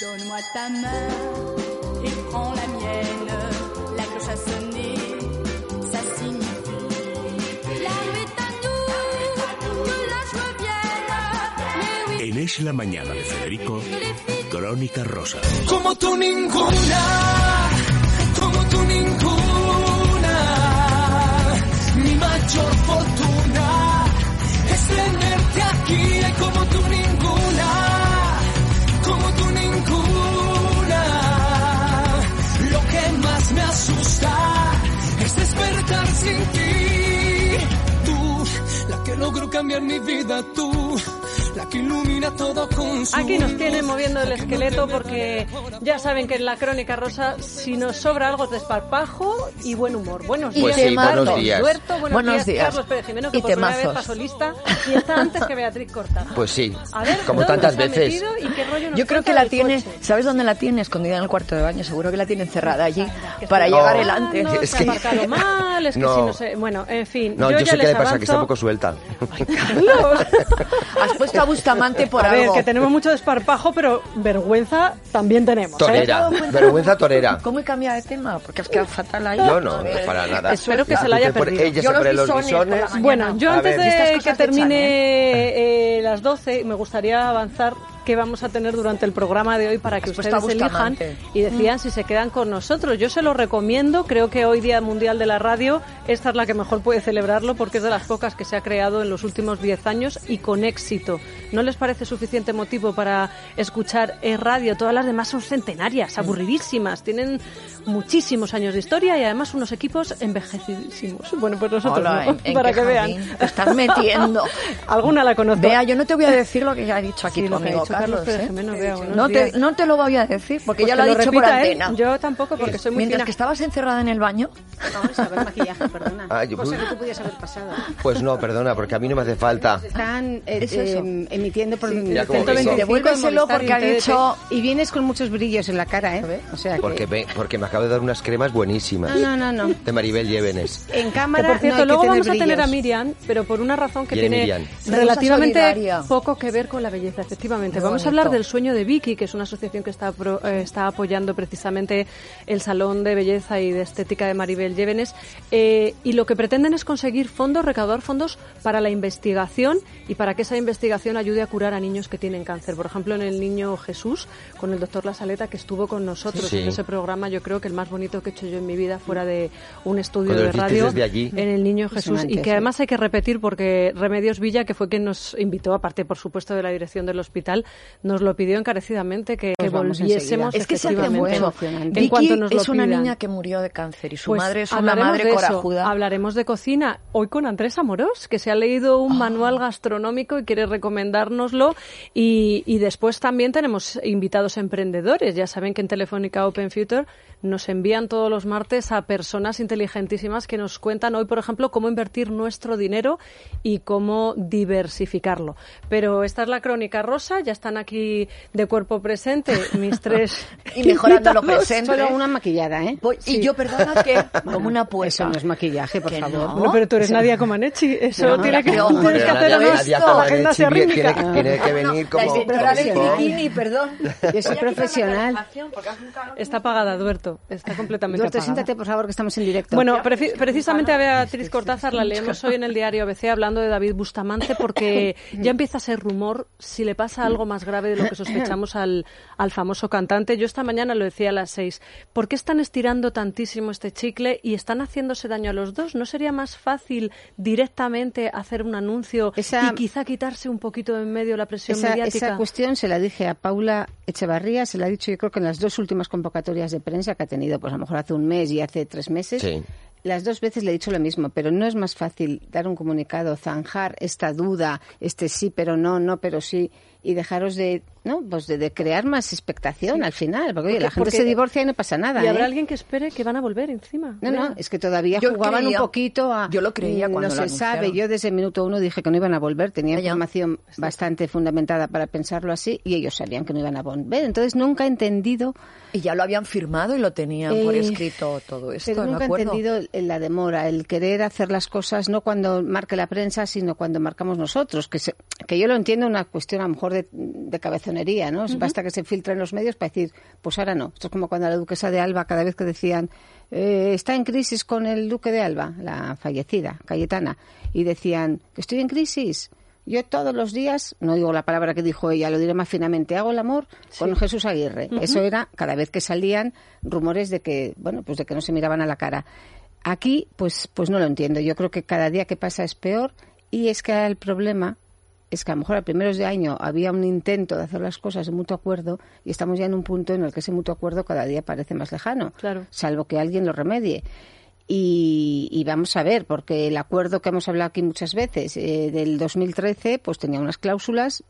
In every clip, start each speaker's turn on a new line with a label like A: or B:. A: Donne-moi ta main et prends la mienne. La cloche a sonné, ça signifie. L'arme est à nous, que l'âge revienne. Mais oui,
B: En Es la Mañana de Federico,
A: que les filles
B: Crónica Rosa.
C: Como tú ninguna, como tú ninguna. Mi mayor fortuna es tenerte aquí y como tú ninguna, como tú ninguna. Lo que más me asusta es despertar sin ti. Tú, la que logró cambiar mi vida, tú, la que ilumina todo con su
D: Aquí nos tienen
C: luz,
D: moviendo el
C: la que no teme a
D: esqueleto
C: la
D: porque
C: mejor
D: ya saben que en la crónica rosa si nos sobra algo es desparpajo y buen humor. Buenos
E: Y
F: Pues
D: días.
E: temazos.
D: Carlos
E: Buenos días.
D: Duerto, buenos,
E: Buenos
D: días,
E: días.
D: Carlos Pérez Jimeno, que
E: Y
D: por primera vez
E: temazos.
D: pasó lista y está antes que Beatriz Corta.
F: Pues sí,
D: A ver,
F: como
D: ¿dónde
F: tantas
D: se ha
F: veces.
D: metido y qué rollo nos
E: Yo creo
D: cuenta
E: que la
D: del
E: tiene,
D: coche?
E: ¿sabes dónde la tiene? Escondida en el cuarto de baño, seguro que la tiene encerrada allí
D: Ah,
E: para llegar el antes.
D: No,
F: Es
D: se ha
F: que-
D: marcado mal, es que
F: No.
D: si no sé... Bueno, en fin,
F: No, yo,
D: yo, ya
F: sé qué
D: les
F: le pasa, que está un
D: avanzo-
F: poco suelta.
D: Carlos.
E: Has puesto a Bustamante por
D: a ver,
E: algo.
D: que tenemos mucho desparpajo, pero vergüenza también tenemos. ¿eh?
E: ¿Te has
F: Torera,
E: dado cuenta?
F: vergüenza torera.
E: ¿Cómo he cambiado de tema? Porque has quedado fatal ahí.
F: No, no, no, para nada.
D: Pues Espero que se la haya
F: Dice por-
D: perdido.
E: Yo
F: Ella se
E: los
F: pone los
E: bisones por la
F: bisones.
E: mañana.
D: Bueno, yo
F: A
D: antes
F: ver.
E: Estas
D: de
E: cosas
D: que
E: te
D: termine
E: echan,
D: eh, las 12, me gustaría avanzar qué vamos a tener durante el programa de hoy para que
E: Has puesto
D: ustedes
E: a
D: elijan
E: Bustamante. Mm.
D: y decidan si se quedan con nosotros. Yo se lo recomiendo, creo que hoy Día Mundial de la Radio, esta es la que mejor puede celebrarlo porque es de las pocas que se ha creado en los últimos 10 años y con éxito. ¿No les parece suficiente motivo para escuchar eh, radio? Todas las demás son
E: Mm.
D: centenarias, aburridísimas, tienen muchísimos años de historia y además unos equipos envejecidísimos. Bueno, pues nosotros
E: Hola,
D: no,
E: ¿en- en
D: para
E: qué
D: que vean.
E: jardín te estás metiendo?
D: Alguna la conozco.
E: Vea, yo no te voy a decir lo que ya ha dicho aquí
D: Sí,
E: tu
D: lo que ha
E: amigo
D: dicho Carlos
E: Carlos.
D: Pérez
E: ¿eh?
D: Jimeno, Bea, buenos
E: no, te,
D: días.
E: no te lo voy a decir, porque
D: Pues
E: ya
D: que
E: lo ha
D: lo
E: dicho por
D: repita él,
E: antena.
D: yo tampoco, porque soy muy
E: Mientras
D: fina.
E: que estabas encerrada en el baño,
G: Vamos a ver maquillaje, perdona.
F: Ah, yo-
G: cosa que tú podías haber pasado.
F: Pues no, perdona, porque a mí no me hace falta.
G: Están eh,
E: ¿Es eso?
G: eh, emitiendo por
F: ya como
G: 125
F: que-
E: Devuélveselo
G: en Movistar
E: porque ha
G: y en TDT.
E: dicho-
G: Y vienes con muchos brillos en la cara, ¿eh? O sea que...
F: Porque me, porque me acabo de dar unas cremas buenísimas.
G: No, no, no, no.
F: De Maribel Llévenes.
G: En
D: Que,
G: cámara
D: por cierto,
G: no hay
D: luego
G: que tener
D: vamos a tener
G: brillos.
D: a Miriam, pero por una razón que
F: Viene
D: tiene
F: Miriam.
D: relativamente
E: Solidaria.
D: poco que ver con la belleza, efectivamente.
E: Muy
D: vamos a
E: bonito.
D: hablar del Sueño de Vicky, que es una asociación que está, pro- eh, está apoyando precisamente el Salón de Belleza y de Estética de Maribel Llévenes. eh, y lo que pretenden es conseguir fondos, recaudar fondos para la investigación y para que esa investigación ayude a curar a niños que tienen cáncer. Por ejemplo, en el niño Jesús, con el doctor La Saleta, que estuvo con nosotros
F: Sí.
D: en ese programa, yo creo que el más bonito que he hecho yo en mi vida fuera de un estudio
F: Cuando
D: de
F: lo hicisteis
D: radio
F: desde allí.
D: en el Niño Jesús y
G: Impresionante,
D: que
G: sí.
D: además hay que repetir porque Remedios Villa, que fue quien nos invitó, aparte por supuesto de la dirección del hospital, nos lo pidió encarecidamente que, que
G: Pues vamos
D: volviésemos.
G: enseguida.
E: es que se hace
D: efectivamente.
E: mucho.
G: Emocionante.
D: En
E: Vicky
D: cuanto nos lo
E: es una
D: pidan.
E: niña que murió de cáncer y su
D: Pues
E: madre es una
D: hablaremos
E: madre
D: de eso.
E: corajuda.
D: Hablaremos de cocina hoy con Andrés Amorós, que se ha leído un
E: Ah.
D: manual gastronómico y quiere recomendárnoslo. Y, y después también tenemos invitados emprendedores. Ya saben que en Telefónica Open Future nos envían todos los martes a personas inteligentísimas que nos cuentan hoy, por ejemplo, cómo invertir nuestro dinero y cómo diversificarlo. Pero esta es la crónica rosa. Ya están aquí de cuerpo presente mis tres
E: Y mejorando lo
D: invitados.
E: presente.
G: Solo una maquillada, ¿eh?
E: Voy- Y yo, perdona, que como una puesta.
G: Eso no es maquillaje, por
E: Que
G: favor.
E: no.
D: Bueno, pero tú eres Nadia Comaneci, eso
G: No,
D: tiene que,
E: pero-
D: tienes
F: Pero
D: que hacer
F: Nadia-
D: además
F: Nadia
D: la
F: Comaneci
D: agenda
F: viene-
D: serrímica.
F: tiene, tiene que venir
E: La
F: como...
E: escritora del
F: como-
E: bikini, perdón.
G: Yo soy profesional.
D: Está apagada, Duerto, está completamente
G: Duarte,
D: apagada.
G: siéntate, por favor, que estamos en directo.
D: Bueno, prefi- precisamente a Beatriz Cortázar la leemos hoy en el diario ABC hablando de David Bustamante porque ya empieza a ser rumor si le pasa algo más grave de lo que sospechamos al, al famoso cantante. Yo esta mañana lo decía a las seis. ¿Por qué están estirando tantísimo este chicle y están haciéndose daño a los dos? ¿No sería más fácil directamente hacer un anuncio
G: Esa-
D: y quizá quitarse un poquito de en medio la presión
G: Esa,
D: mediática?
G: esa cuestión se la dije a Paula Echevarría, se la he dicho yo creo que en las dos últimas convocatorias de prensa que ha tenido, pues a lo mejor hace un mes y hace tres meses.
F: Sí.
G: Las dos veces le he dicho lo mismo, pero no es más fácil dar un comunicado, zanjar esta duda, este sí, pero no, no, pero sí, y dejaros de, no, pues de, de crear más expectación al final, porque, oye,
D: Porque-
G: la gente
D: porque-
G: se divorcia y no pasa nada.
D: Y
G: ¿eh?
D: habrá alguien que espere que van a volver encima.
G: No,
D: Mira.
G: no, es que todavía
E: Yo
G: jugaban
E: creía-
G: un poquito a...
E: yo lo creía
G: mm,
E: cuando lo
G: No se sabe,
E: anunciaron.
G: yo desde el minuto uno dije que no iban a volver, tenía
E: Ya, ya.
G: información bastante fundamentada para pensarlo así y ellos sabían que no iban a volver. Entonces nunca he entendido...
E: Y ya lo habían firmado y lo tenían por
G: eh,
E: escrito todo esto,
G: pero
E: me
G: nunca he
E: acuerdo.
G: entendido el- la demora, el querer hacer las cosas no cuando marque la prensa, sino cuando marcamos nosotros, que se- que yo lo entiendo una cuestión a lo mejor de, de cabezonería, ¿no? Basta que se filtre en los medios para decir, pues ahora no. Esto es como cuando la duquesa de Alba, cada vez que decían, eh, está en crisis con el duque de Alba, la fallecida, Cayetana, y decían, estoy en crisis. Yo todos los días, no digo la palabra que dijo ella, lo diré más finamente, hago el amor con Jesús Aguirre. Eso era cada vez que salían rumores de que, bueno, pues de que no se miraban a la cara. Aquí, pues, pues no lo entiendo. Yo creo que cada día que pasa es peor y es que ahora el problema es que a lo mejor a primeros de año había un intento de hacer las cosas de mutuo acuerdo y estamos ya en un punto en el que ese mutuo acuerdo cada día parece más lejano,
D: Claro.
G: salvo que alguien lo remedie. Y, y vamos a ver, porque el acuerdo que hemos hablado aquí muchas veces eh, del 2013, pues tenía unas cláusulas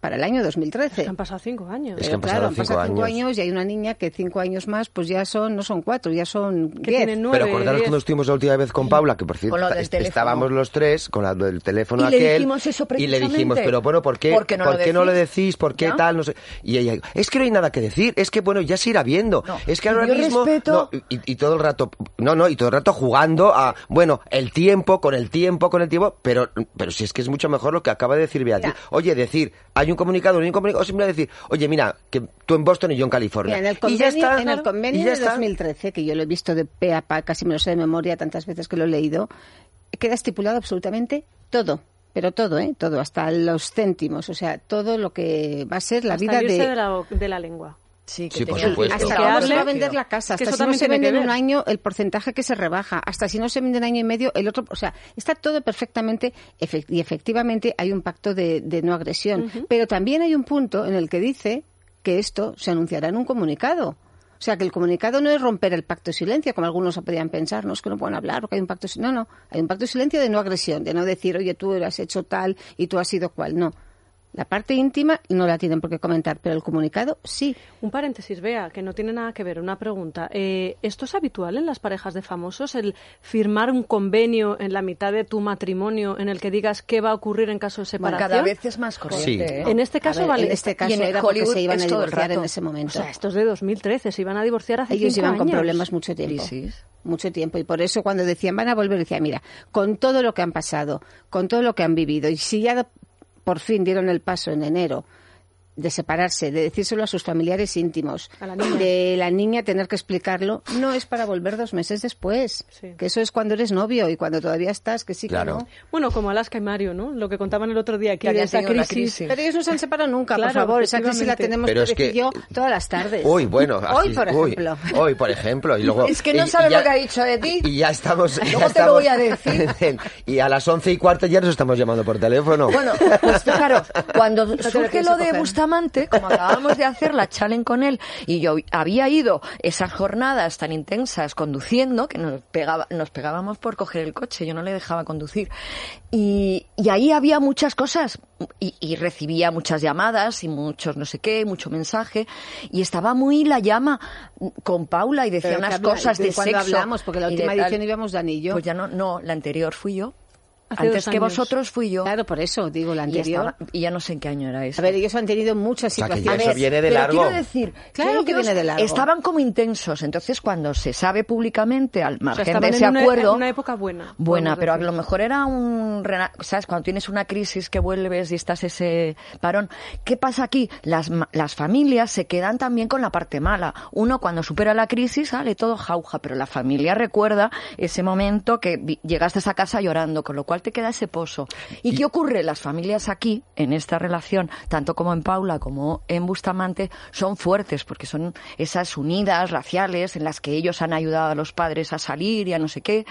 G: para el año 2013.
D: Han pasado cinco años.
F: Es que
G: Pero
F: han pasado
G: claro, han
F: cinco
G: pasado cinco
F: años.
G: años. y hay una niña que cinco años más, pues ya son, no son cuatro, ya son
D: Que
G: diez.
D: tienen
F: Pero
D: nueve,
F: acordaros
D: diez.
F: cuando estuvimos la última vez con Paula, que por cierto
E: Con lo del
F: est-
E: teléfono.
F: estábamos los tres con la del teléfono
E: Y le
F: aquel.
E: dijimos eso
F: y le dijimos,
E: precisamente.
F: pero bueno, ¿por qué,
E: ¿Por qué no lo
F: le
E: decís?
F: decís? ¿Por qué
E: ¿Ya?
F: tal? No sé. Y ella, es que no hay nada que decir, es que bueno, ya se irá viendo.
E: No,
F: Es que
E: y
F: ahora
E: yo
F: mismo.
E: respeto-
F: no, y, y todo el rato, no, no, y todo el rato jugando a, bueno, el tiempo, con el tiempo, con el tiempo, pero, pero si es que es mucho mejor lo que acaba de decir Beatriz. Oye, decir, hay un comunicado, no hay un comunicado, o simplemente decir, oye, mira, que tú en Boston y yo en California.
G: Mira, en el
F: y
G: convenio,
F: ya está.
G: en el
F: claro, y
G: convenio
F: ya
G: de
F: está.
G: 2013, que yo lo he visto de pe a pa, casi me lo sé de memoria tantas veces que lo he leído, queda estipulado absolutamente todo. Pero todo, ¿eh? Todo, hasta los céntimos. O sea, todo lo que va a ser la
D: Hasta
G: vida
D: irse
G: de...
D: de la, de la lengua.
E: Sí, que
F: Sí, por
E: tenía-
F: supuesto.
G: Hasta
D: que
G: cómo se
D: hable,
G: va a vender la casa.
D: que eso
G: Hasta si no
D: también
G: se
D: tiene que
G: vende en un
D: ver.
G: año, el porcentaje que se rebaja. Hasta si no se vende en año y medio, el otro. O sea, está todo perfectamente. efec- Y efectivamente hay un pacto de, de no agresión. Pero también hay un punto en el que dice que esto se anunciará en un comunicado. O sea, que el comunicado no es romper el pacto de silencio, como algunos podrían pensar, no es que no puedan hablar, porque hay un pacto de silencio. No, no, hay un pacto de silencio de no agresión, de no decir, oye, tú has hecho tal y tú has sido cual. No. La parte íntima no la tienen por qué comentar, pero el comunicado sí.
D: Un paréntesis, vea, que no tiene nada que ver, una pregunta. Eh, ¿Esto es habitual en las parejas de famosos, el firmar un convenio en la mitad de tu matrimonio en el que digas qué va a ocurrir en caso de
E: Bueno,
D: separación?
E: cada vez es más corriente.
F: Sí.
E: ¿eh?
D: En este
G: A
D: caso,
G: ver,
D: vale.
G: En este
E: Y
G: caso
E: en
G: era porque
E: Hollywood
G: se iban a
E: es todo el
G: divorciar en
E: rato.
G: ese
D: O
G: momento.
D: sea, estos de 2013 se iban a divorciar hace
G: Ellos
D: cinco
G: iban con
D: años.
G: problemas mucho tiempo.
E: Sí, sí.
G: Mucho tiempo. Y por eso cuando decían van a volver, decía, mira, con todo lo que han pasado, con todo lo que han vivido, y si ya por fin dieron el paso en enero de separarse, de decírselo a sus familiares íntimos,
D: A la niña.
G: de la niña tener que explicarlo, no es para volver dos meses después.
D: Sí.
G: Que eso es cuando eres novio y cuando todavía estás, que sí, que
F: Claro.
G: no.
D: Bueno, como Alaska y Mario, ¿no? Lo que contaban el otro día aquí
E: Que
D: de
E: habían
D: esa
E: tenido una
D: crisis.
E: crisis.
G: Pero ellos no se han separado nunca,
D: Claro,
G: por favor. Esa crisis la
D: efectivamente.
G: tenemos
F: Pero es
G: Pérez y
F: que-
G: yo todas las tardes.
F: Hoy, bueno,
G: Hoy,
F: así-
G: por
F: hoy,
G: ejemplo.
F: Hoy, por ejemplo, y luego.
E: Es que no
F: y- y
E: sabes lo que ha dicho de ti.
F: Y ya estamos. ya
E: Luego te lo voy a
F: estamos- y a las once y cuarto ya nos estamos llamando por teléfono.
E: Bueno, pues fijaros, cuando
G: te lo
E: surge
G: pienso
E: lo de
G: coger.
E: Bustamante, como acabábamos de hacer la challenge con él, y yo había ido esas jornadas tan intensas conduciendo, que nos, pegaba, nos pegábamos por coger el coche, yo no le dejaba conducir. Y, y ahí había muchas cosas, y, y recibía muchas llamadas, y muchos no sé qué, mucho mensaje, y estaba muy la llama con Paula, y decía
G: Pero
E: unas
G: que habla-
E: cosas
G: de
E: de
G: cuando
E: sexo.
G: hablamos, porque la
E: y de
G: última
E: tal.
G: edición íbamos Dani y yo.
E: Pues ya no, no, la anterior fui yo.
D: Hace
E: Antes
D: dos
E: que
D: años.
E: vosotros fui yo.
G: Claro, por eso digo la
E: Y,
G: anterior.
E: estaba- y ya no sé en qué año era eso.
G: A ver, ellos han tenido muchas
F: sea, que
G: situaciones.
F: ya eso viene de
E: pero
F: largo.
E: quiero decir,
G: Claro que
E: ellos
G: viene de largo.
E: Estaban como intensos, entonces cuando se sabe públicamente al
D: O sea,
E: margen de
D: estaban
E: ese
D: en una,
E: acuerdo,
D: en una época buena.
E: buena,
D: podemos
E: pero a
D: decir.
E: lo mejor era un, rena- sabes, cuando tienes una crisis que vuelves y estás ese parón, ¿qué pasa aquí? Las ma- las familias se quedan también con la parte mala. Uno cuando supera la crisis sale todo jauja, pero la familia recuerda ese momento que vi- llegaste a esa casa llorando, con lo cual te queda ese pozo. ¿Y qué ocurre? Las familias aquí, en esta relación, tanto como en Paula como en Bustamante, son fuertes porque son esas unidas raciales en las que ellos han ayudado a los padres a salir y a no sé qué.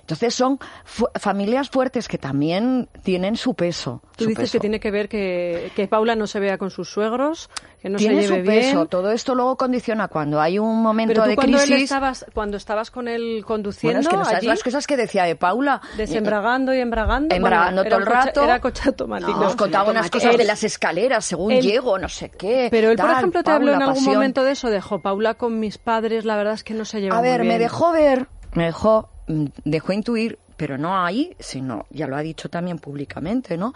E: Entonces son fu- familias fuertes que también tienen su peso.
D: Tú
E: su
D: dices
E: peso.
D: que tiene que ver que, que Paula no se vea con sus suegros, que no
E: Tiene
D: se lleve
E: su peso.
D: bien.
E: Todo esto luego condiciona cuando hay un momento
D: Pero tú
E: de
D: cuando él
E: crisis.
D: estabas, cuando estabas con él
E: Bueno,
D: conduciendo
E: es que no sabes
D: allí,
E: las cosas que decía de Paula. Eh,
D: desembragando y embragando,
E: Embragando
D: bueno,
E: todo el
D: era un coche-
E: rato.
D: era coche automático.
E: Nos contaba unas
G: automático.
E: cosas de
D: Él-
E: las escaleras según
D: él-
E: llego, no sé qué.
D: Pero él, por
E: tal,
D: ejemplo, te
E: Paula,
D: habló en algún
E: pasión.
D: momento de eso, dejó Paula con mis padres, la verdad es que no se lleva
E: A
D: muy
E: ver, me
D: bien".
E: dejó ver, me dejó, mm, dejó intuir, pero no ahí, sino, ya lo ha dicho también públicamente, ¿no?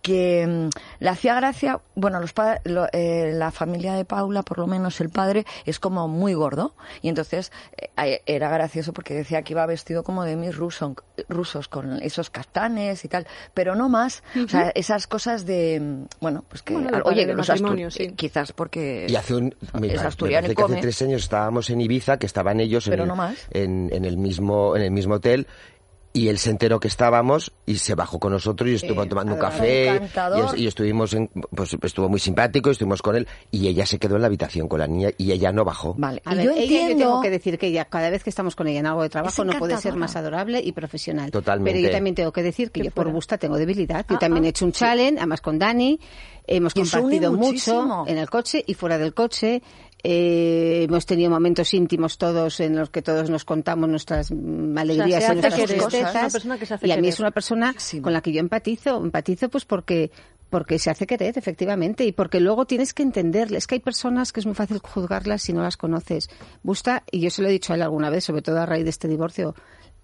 E: Que mm, le hacía gracia, bueno, los pa- lo- eh, la familia de Paula, por lo menos el padre, es como muy gordo, y entonces eh, eh, era gracioso porque decía que iba vestido como de mis rusos, rusos con esos castanes y tal, pero no más, o sea, esas cosas de, mm, bueno, pues que,
D: Bueno, de padre
E: oye,
D: de
E: que los astu-
D: matrimonio, sí.
E: eh, quizás porque
F: Y hace un, me
E: es
F: pa- me
E: asturiano
F: parece
E: y
F: que hace
E: come.
F: tres años estábamos en Ibiza, que estaban ellos en,
E: Pero
F: el-
E: no más.
F: en, en el mismo, en el mismo hotel. Y él se enteró que estábamos y se bajó con nosotros y estuvo
E: Sí,
F: tomando un
E: adorable.
F: café. Y,
E: Encantador.
F: es- y estuvimos en- pues estuvo muy simpático, estuvimos con él y ella se quedó en la habitación con la niña y ella no bajó.
E: Vale,
G: A
E: y
G: ver,
E: yo
G: ella,
E: entiendo...
G: tengo que decir que ella, cada vez que estamos con ella en algo de trabajo,
E: Es
G: no puede ser
E: encantadora.
G: más adorable y profesional.
F: Totalmente.
G: Pero yo también tengo que decir que
E: Qué
G: yo por
E: fuera.
G: gusta tengo debilidad. Yo
D: Ah,
G: también
D: ah,
G: he hecho un challenge, además con Dani. Hemos
E: Y os une
G: compartido
E: muchísimo.
G: mucho en el coche y fuera del coche. Eh, hemos tenido momentos íntimos todos en los que todos nos contamos nuestras mm, alegrías
D: se hace
G: y nuestras
D: querer.
G: tristezas.
D: Es una persona que se hace
G: y a mí
D: querer.
G: es una persona
E: Muchísimo.
G: con la que yo empatizo. Empatizo pues porque porque se hace querer, efectivamente, y porque luego tienes que entenderle. Es que hay personas que es muy fácil juzgarlas si no las conoces. Busta, y yo se lo he dicho a él alguna vez, sobre todo a raíz de este divorcio,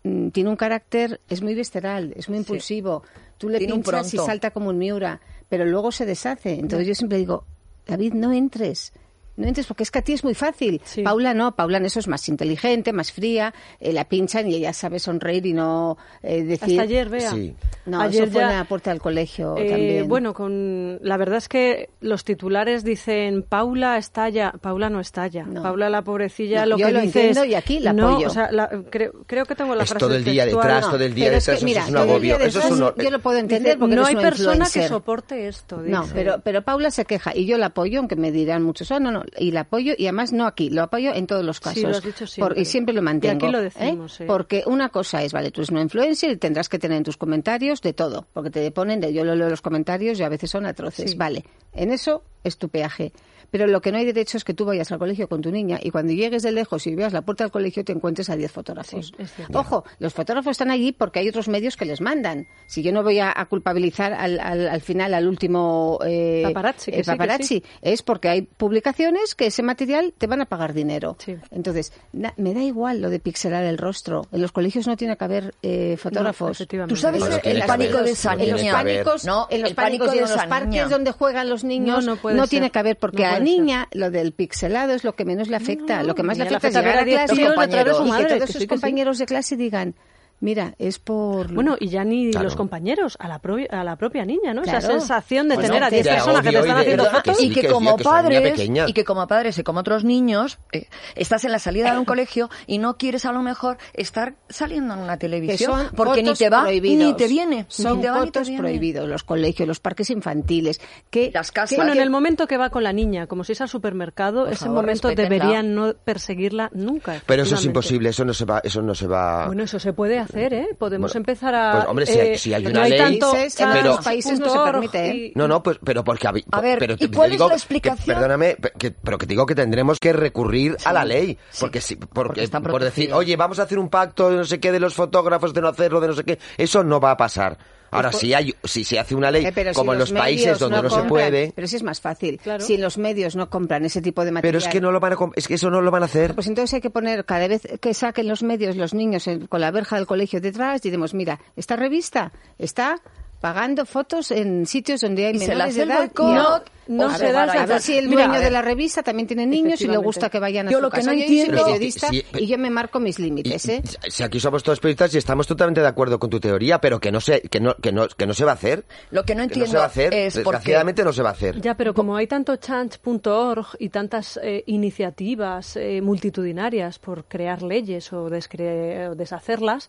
G: mm, tiene un carácter, es muy visceral, es muy impulsivo. Tú le
E: Tiene un
G: pinchas y
E: pronto.
G: salta como un miura, pero luego se deshace. Entonces yo siempre digo, David, no entres. No entres porque es que a ti es muy fácil.
D: Sí.
G: Paula no, Paula en eso es más inteligente, más fría, eh, la pinchan y ella sabe sonreír y no eh, decir...
D: Hasta ayer, vea.
F: Sí.
G: No,
D: ayer
G: eso fue
D: ya-
G: en la puerta del colegio
D: Eh,
G: también.
D: Bueno, con la verdad es que los titulares dicen Paula estalla, Paula no estalla,
G: No.
D: Paula la pobrecilla
G: No,
D: lo
G: yo
D: que
G: lo
D: dice
G: entiendo
D: es-
G: y aquí la
D: no,
G: apoyo.
D: o sea, la- creo, creo que tengo la
F: Es
D: frase
F: todo el día
D: textual.
F: detrás,
G: No,
F: todo el día
G: pero es
F: detrás,
G: que,
F: eso
G: mira,
F: es un
G: todo el día
F: agobio, eso es
G: detrás,
F: un-
G: Yo lo puedo
D: Dice,
G: entender porque
D: no
G: eres
D: hay
G: una
D: persona que
G: influencer".
D: soporte esto.
G: No,
D: dice.
G: pero, pero Paula se queja y yo la apoyo, aunque me dirán muchos, ah, no, no, y la apoyo, y además no aquí, lo apoyo en todos los
D: Sí,
G: casos.
D: lo has dicho siempre.
G: Porque- y siempre lo mantengo.
D: Y aquí lo
G: ¿eh?
D: decimos, ¿eh?
G: Porque una cosa es, vale, tú eres una influencer y tendrás que tener en tus comentarios de todo, porque te ponen, de, yo lo leo los comentarios y a veces son atroces,
D: Sí.
G: vale. En eso es tu peaje. Pero lo que no hay derecho es que tú vayas al colegio con tu niña y cuando llegues de lejos y veas la puerta del colegio te encuentres a 10 fotógrafos.
D: Sí, es cierto.
G: Ojo, los fotógrafos están allí porque hay otros medios que les mandan. Si yo no voy a, a culpabilizar al, al- al final, al último eh,
D: Paparazzi, que
G: eh,
D: sí, que
G: paparazzi,
D: sí.
G: es porque hay publicaciones que ese material te van a pagar dinero.
D: Sí.
G: Entonces, na- me da igual lo de pixelar el rostro. En los colegios no tiene que haber eh, fotógrafos.
D: efectivamente.
E: Tú sabes
F: Bueno,
E: el
F: tiene que
E: pánico
F: haber,
E: de esa
F: tiene
E: niña.
G: en los
F: que haber.
G: pánicos,
E: No,
G: en los
E: el pánico
G: pánicos
E: de
G: y en los
E: esa
G: parques
E: niña.
G: donde juegan los niños
D: No,
G: no,
D: no puede ser.
G: tiene que haber porque
D: No
G: a la
D: puede
G: niña lo del pixelado es lo que menos le afecta,
D: No, no,
G: lo que más le
D: mira, le
G: afecta es
D: afecta ver
G: llegar a
D: a diez
G: clase
E: tíos detrás de su
G: y que
D: madre, que
G: todos
D: sí,
G: sus
D: que sí.
G: compañeros de clase digan, mira, es por
D: Bueno, y ya ni
F: Claro.
D: los compañeros, a la, pro- a la propia niña, ¿no? Esa
G: Claro.
D: sensación de
G: Bueno,
D: tener a
G: de
D: 10 personas que te
F: agobio y
D: están
F: de-
D: haciendo
F: Perdona,
D: fotos.
F: que sí,
E: y que,
F: es-
E: como
F: que es una niña
E: padres
F: pequeña.
E: y que como padres y como otros niños eh, estás en la salida de un colegio y no quieres a lo mejor estar saliendo en una televisión
G: son
E: porque ni
G: fotos
E: te va
G: prohibidos.
E: ni te viene
G: Son
E: ni te va, ni te
G: fotos
E: viene.
G: prohibidos, los colegios, los parques infantiles, que
E: Las casas.
G: que-
D: Bueno, en
G: que-
D: el momento que va con la niña, como si es al supermercado,
E: Por
D: ese
E: favor,
D: momento
E: respétenla.
D: deberían no perseguirla nunca.
F: Pero eso es
D: efectivamente.
F: imposible, eso no se va, eso no se va.
D: Bueno, eso se puede hacer, ¿eh? Podemos
F: Ah. Bueno,
D: empezar a...
F: pues, hombre, si hay-
D: eh,
F: si hay
D: no
F: una ley,
D: tanto
G: en
D: trans
F: algunos
G: países no se
D: punto org
G: permite, ¿eh?
D: y-
F: No, no, pues, pero porque... habi-
E: A ver,
F: pero
E: ¿y
F: te
E: cuál es
F: digo
E: la
F: que-
E: explicación?
F: perdóname, pe- que- pero que te digo que tendremos que recurrir a la ley.
E: sí,
F: Porque, si, porque,
E: porque están
F: por decir,
E: protegidos.
F: oye, vamos a hacer un pacto de no sé qué de los fotógrafos, de no hacerlo, de no sé qué, eso no va a pasar. Ahora,
E: Pues
F: si, hay, si se hace una ley,
G: Eh, pero si
F: como en los países
G: medios
F: donde no, se
G: compran-
F: puede,
G: Pero si es más fácil.
D: Claro.
G: Si los medios no compran ese tipo de material.
F: pero es que no lo van a, com- es que eso no lo van a
E: Ah,
F: hacer.
G: Pues entonces hay que poner, cada vez que saquen los medios los niños en- con la verja del colegio detrás, diremos, mira, esta revista está pagando fotos en sitios donde hay
E: Y se le
G: menores
E: hace
G: de
E: el
G: edad. y
E: boicot.
G: no-
D: No
G: a
D: se
G: ver,
D: da
G: a
D: esa-
G: ver si el
D: Mira,
G: dueño
D: a
G: de
D: ver.
G: la revista también tiene niños y le gusta
D: Efectivamente.
G: que vayan a
E: Yo
G: su
E: lo que no
G: casa. Yo soy
E: entiendo-
G: periodista
F: Sí, sí,
G: y yo me marco mis límites,
F: Y-
G: ¿eh?
F: y- Si aquí somos todos periodistas y estamos totalmente de acuerdo con tu teoría, pero que no se, que no, que no, que no se va a hacer.
E: Lo que no
F: Que no
E: entiendo
F: se va a
E: es
F: hacer,
E: por qué-
F: desgraciadamente no se va a hacer.
D: Ya, pero como hay tanto change.org y tantas eh, iniciativas eh, multitudinarias por crear leyes o, descre- o deshacerlas,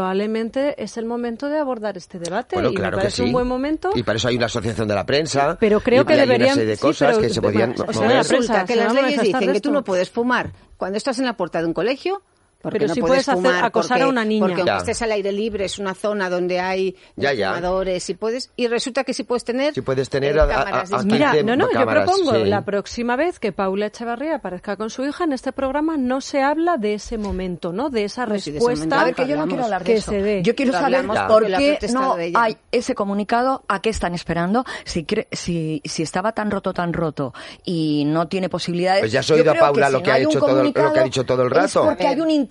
D: probablemente es el momento de abordar este debate
F: Bueno,
D: y
F: claro
D: me
F: que
D: parece
F: sí.
D: un buen momento.
F: Y para eso hay una asociación de la prensa.
D: Pero creo
F: y-
D: que
F: y hay
D: deberían-
F: una serie de
D: sí,
F: cosas
D: pero-
F: que se podían
D: bueno, o sea,
F: mover.
D: la prensa
G: Resulta que
D: se va
G: las
D: a
G: leyes
D: manifestar de
G: dicen que tú
D: esto.
G: no puedes fumar cuando estás en la puerta de un colegio. Porque
D: Pero
G: no
D: sí
G: puedes,
D: puedes hacer-
G: fumar,
D: acosar
G: porque-
D: a una niña.
G: Porque
F: Ya.
G: aunque estés al aire libre, es una zona donde hay
F: Ya, ya.
G: fumadores y puedes. Y resulta que sí puedes tener.
F: Sí puedes tener
G: eh,
F: a- a-
G: cámaras
F: a-
G: de-
F: a-
D: Mira,
F: de
D: no, no,
F: cámaras,
D: yo propongo
F: sí.
D: la próxima vez que Paula Echevarría aparezca con su hija en este programa no se habla de ese momento, ¿no? De esa
G: No, Pues sí, de ese
D: respuesta.
G: momento.
E: A ver, que yo no
G: Hablamos.
E: quiero hablar de
D: Que
E: eso.
D: se dé.
E: Yo quiero
G: Lo
E: saber
G: hablamos
E: por
G: porque lo ha
E: qué
G: protestado
E: no
G: ella.
E: hay ese comunicado, a qué están esperando, si, cre- si, si estaba tan roto, tan roto y no tiene posibilidades.
F: Pues ya has
E: Yo
F: oído a
E: creo
F: Paula
E: si
F: lo
E: no
F: que ha
E: hay un
F: hecho todo el- lo que ha
E: comunicado
F: dicho todo el
E: Es
F: rato.
E: porque hay un intento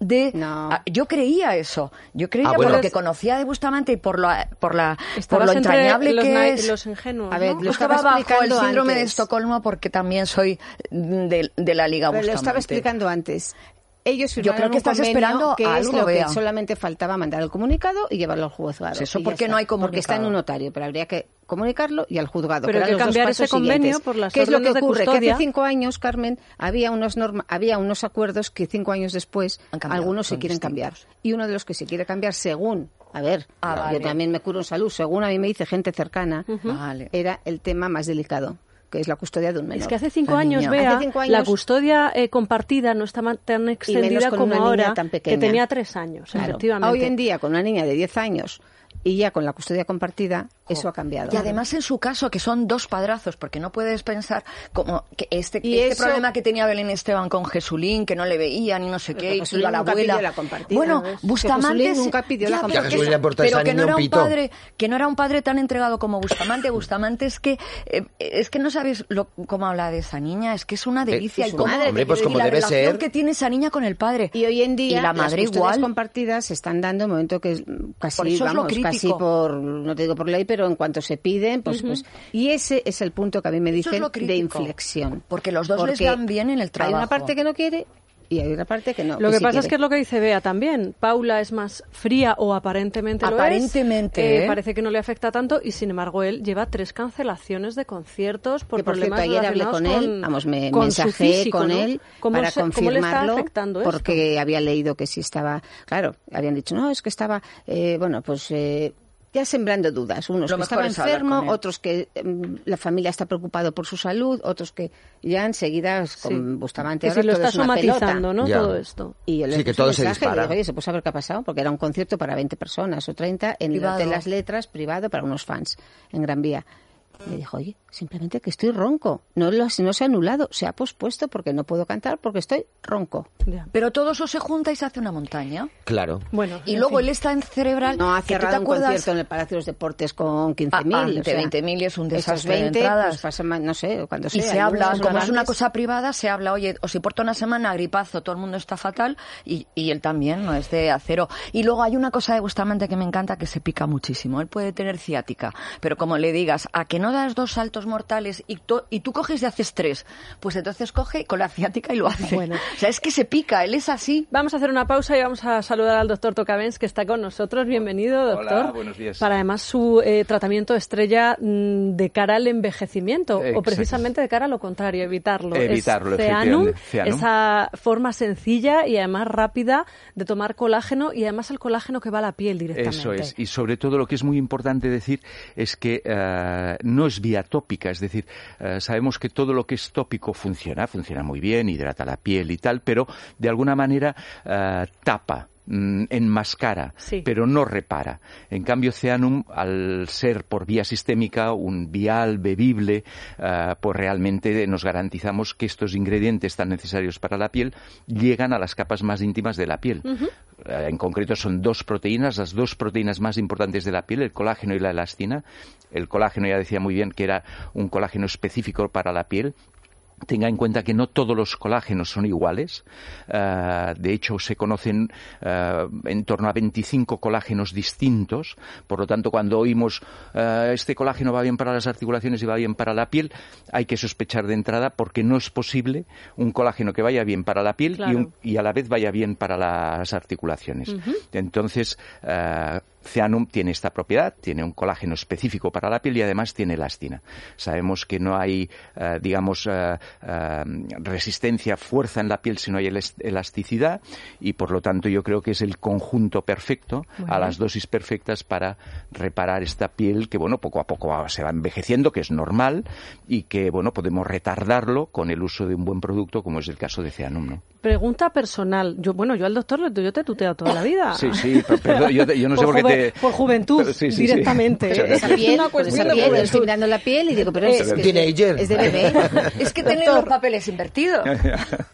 E: de...
G: Eh. No.
E: Ah, Yo creía eso. Yo creía
F: Ah,
E: por
F: bueno.
E: lo que conocía de Bustamante y por, la, por, la, por
D: Estabas
E: lo
D: entre
E: entrañable
D: los
E: que
D: nai-
E: es.
D: los ingenuos,
G: A ver,
D: ¿no?
G: lo
E: Yo estaba
G: estaba
E: bajo el
G: explicando
E: síndrome de
G: antes.
E: Estocolmo porque también soy de, de la Liga
G: Pero
E: Bustamante.
G: lo estaba explicando antes. Ellos
E: Yo
G: firmaron
E: creo que
G: un
E: estás
G: convenio
E: esperando
G: que
E: a
G: es
E: algo,
G: lo que
E: Bea.
G: solamente faltaba mandar el comunicado y llevarlo al juzgado.
E: Pues eso
G: y ya
E: porque
G: está.
E: no hay
G: Porque está en
E: comunicado.
G: un notario, pero habría que comunicarlo y al juzgado.
D: Pero
G: que
D: hay
G: eran
D: que
G: los dos
D: cambiar ese
G: pasos
D: convenio
G: siguientes.
D: por las
G: ¿Qué es lo que
D: órdenes de
G: ocurre? Que
D: custodia.
G: hace cinco años, Carmen, había unos norma- había unos acuerdos que cinco años después
E: Han cambiado,
G: algunos se
E: son
G: quieren cambiar. Y uno de los que se quiere cambiar según, a ver,
E: Ah,
G: yo
E: vale.
G: también me curo en salud, según a mí me dice gente cercana,
E: Vale.
G: era el tema más delicado, que es la custodia de un menor.
D: Es que hace cinco
E: La
D: años,
E: niña.
D: Bea,
G: Hace cinco
D: la
G: años-
D: custodia eh, compartida no está ma- tan extendida
G: con
D: como
G: una niña
D: ahora,
G: tan
D: que
G: pequeña.
D: tenía tres años,
G: Claro.
D: efectivamente.
G: Hoy en día, con una niña de 10 años y ya con la custodia compartida, eso ha cambiado.
E: Y además en su caso, que son dos padrazos, porque no puedes pensar como que este,
G: Y
E: este
G: eso-
E: problema que tenía Belén Esteban con Jesulín, que no le veían y no sé qué, y
G: Jesulín
E: iba la
G: nunca
E: abuela.
G: pidió la compartida,
E: bueno,
G: ¿ves? Que
E: Bustamante
G: Jesulín
E: se-
G: nunca pidió
E: ya,
G: la
E: pero
G: compartida.
E: que-
F: Que a Jesulín le importa
E: pero
F: esa
E: que no
F: niña un
E: era un
F: pito.
E: padre, que no era un padre tan entregado como Bustamante. Bustamante es que eh, es que no sabes lo- cómo habla de esa niña, es que es una delicia
F: es
E: y
F: su
E: cómo-
F: madre, Hombre, Eh, pues
E: y
F: como
E: la
F: debe
E: relación
F: ser.
E: que tiene esa niña con el padre.
G: Y hoy en día
E: y la madre
G: las custodias
E: igual.
G: compartidas se están dando en un momento que es mm, casi,
E: Por eso es lo
G: vamos,
E: crítico.
G: casi por, no te digo por ley, pero en cuanto se piden, pues, pues y ese es el punto que a mí me
E: Eso es
G: dicen
E: lo
G: de
E: crítico,
G: inflexión.
E: porque los dos les dan bien en el
G: Hay
E: trabajo.
G: una parte que no quiere y hay otra parte que no.
D: Lo que
G: sí
D: pasa es
G: quiere.
D: que es lo que dice Bea también. Paula es más fría o aparentemente lo es.
E: Aparentemente, ¿eh?
D: Parece que no le afecta tanto y sin embargo él lleva tres cancelaciones de conciertos por
G: Que, por
D: problemas
G: cierto, ayer hablé
D: relacionados
G: con
D: con-
G: él, vamos, me
D: con su
G: mensajé
D: físico,
G: con
D: ¿no?
G: él
D: ¿Cómo
G: para
D: se- cómo le está
G: confirmarlo,
D: afectando esto?
G: porque había leído que sí estaba, claro, habían dicho, no, es que estaba, eh, bueno, pues... eh, ya sembrando dudas, unos
E: Lo
G: que
E: mejor
G: estaba
E: es hablar
G: enfermo,
E: con él.
G: otros que mm, la familia está preocupado por su salud, otros que ya enseguida con Bustamante
D: Que si
G: ahora
D: lo
G: todo
D: está
G: es una pelota.
D: somatizando, ¿no?
F: Ya.
D: Todo esto.
G: Y yo le
F: Sí, que
G: puse un
F: todo se
G: mensaje y le
F: dispara.
G: digo, oye, se puede saber qué ha pasado, porque era un concierto para 20 personas o 30 en el
E: Privado.
G: Hotel Las Letras, privado para unos fans, en Gran Vía. Le dijo, oye, simplemente que estoy ronco. No, lo, no se ha anulado, se ha pospuesto porque no puedo cantar porque estoy ronco.
D: Ya.
E: Pero todo eso se junta y se hace una montaña.
F: Claro.
D: Bueno,
E: Y
D: en
E: luego
D: fin.
E: él está en cerebral.
G: No ha
E: que tú te
G: cerrado un
E: acuerdas-
G: concierto en el Palacio de los Deportes con
E: Ah,
G: 15.000.
E: ante
G: o sea,
E: 20.000 es un
G: esos
E: desastre de
G: 20,
E: entradas.
G: pues pasa más, no sé, cuando
E: Y
G: sea,
E: se habla,
G: lunes o
E: como es una
G: martes.
E: cosa privada, se habla, oye, os importa una semana, gripazo, todo el mundo está fatal, y, y él también, no es de acero. Y luego hay una cosa de Bustamante que me encanta, que se pica muchísimo. Él puede tener ciática, pero como le digas, a que no das dos saltos mortales y, to- y tú coges y haces tres, pues entonces coge con la ciática y lo hace.
D: Bueno.
E: O sea, es que se pica, él es así.
D: Vamos a hacer una pausa y vamos a saludar al doctor Tocavens, que está con nosotros. Bienvenido,
H: Hola,
D: doctor.
H: buenos días.
D: Para además su eh, tratamiento estrella mm, de cara al envejecimiento, o
H: Exacto.
D: precisamente de cara a lo contrario, evitarlo.
H: Evitarlo,
D: es Ceanum,
H: efectivamente, Ceanum.
D: esa forma sencilla y además rápida de tomar colágeno y además el colágeno que va a la piel directamente.
H: Eso es. Y sobre todo lo que es muy importante decir es que eh, no es vía tópica. Es decir, eh, sabemos que todo lo que es tópico funciona, funciona muy bien, hidrata la piel y tal, pero de alguna manera eh, tapa mm, enmascara,
D: Sí.
H: pero no repara. En cambio, Ceanum, al ser por vía sistémica, un vial bebible, eh, pues realmente nos garantizamos que estos ingredientes tan necesarios para la piel llegan a las capas más íntimas de la piel. Eh, En concreto son dos proteínas, las dos proteínas más importantes de la piel, el colágeno y la elastina. El colágeno ya decía muy bien que era un colágeno específico para la piel, Tenga en cuenta que no todos los colágenos son iguales. Eh, de hecho, se conocen eh, en torno a 25 colágenos distintos. Por lo tanto, cuando oímos eh, este colágeno va bien para las articulaciones y va bien para la piel, hay que sospechar de entrada porque no es posible un colágeno que vaya bien para la piel y,
D: Claro.
H: un- y a la vez vaya bien para las articulaciones. Entonces, eh, Ceanum tiene esta propiedad, tiene un colágeno específico para la piel y además tiene elastina. Sabemos que no hay, eh, digamos, eh, eh, resistencia, fuerza en la piel si no hay elas- elasticidad y por lo tanto yo creo que es el conjunto perfecto a las dosis perfectas para reparar esta piel que, bueno, poco a poco va- se va envejeciendo, que es normal y que, bueno, podemos retardarlo con el uso de un buen producto como es el caso de Ceanum, ¿no?
D: Pregunta personal. Yo, bueno, yo al doctor le- yo te he tuteado toda la vida.
H: Sí, sí, pero perdón, yo, te- yo no sé por qué
D: juve-
H: te...
D: Por juventud,
H: Pero sí, sí, sí.
D: directamente.
H: Muchas
G: Esa
H: gracias.
G: piel,
D: Es una
G: pues esa
D: cuestión de
G: piel, yo estoy
D: juventud.
G: mirando la piel y digo, pero es,
D: Eh,
G: que
F: Teenager.
G: es de bebé.
E: Es que tiene los papeles invertidos.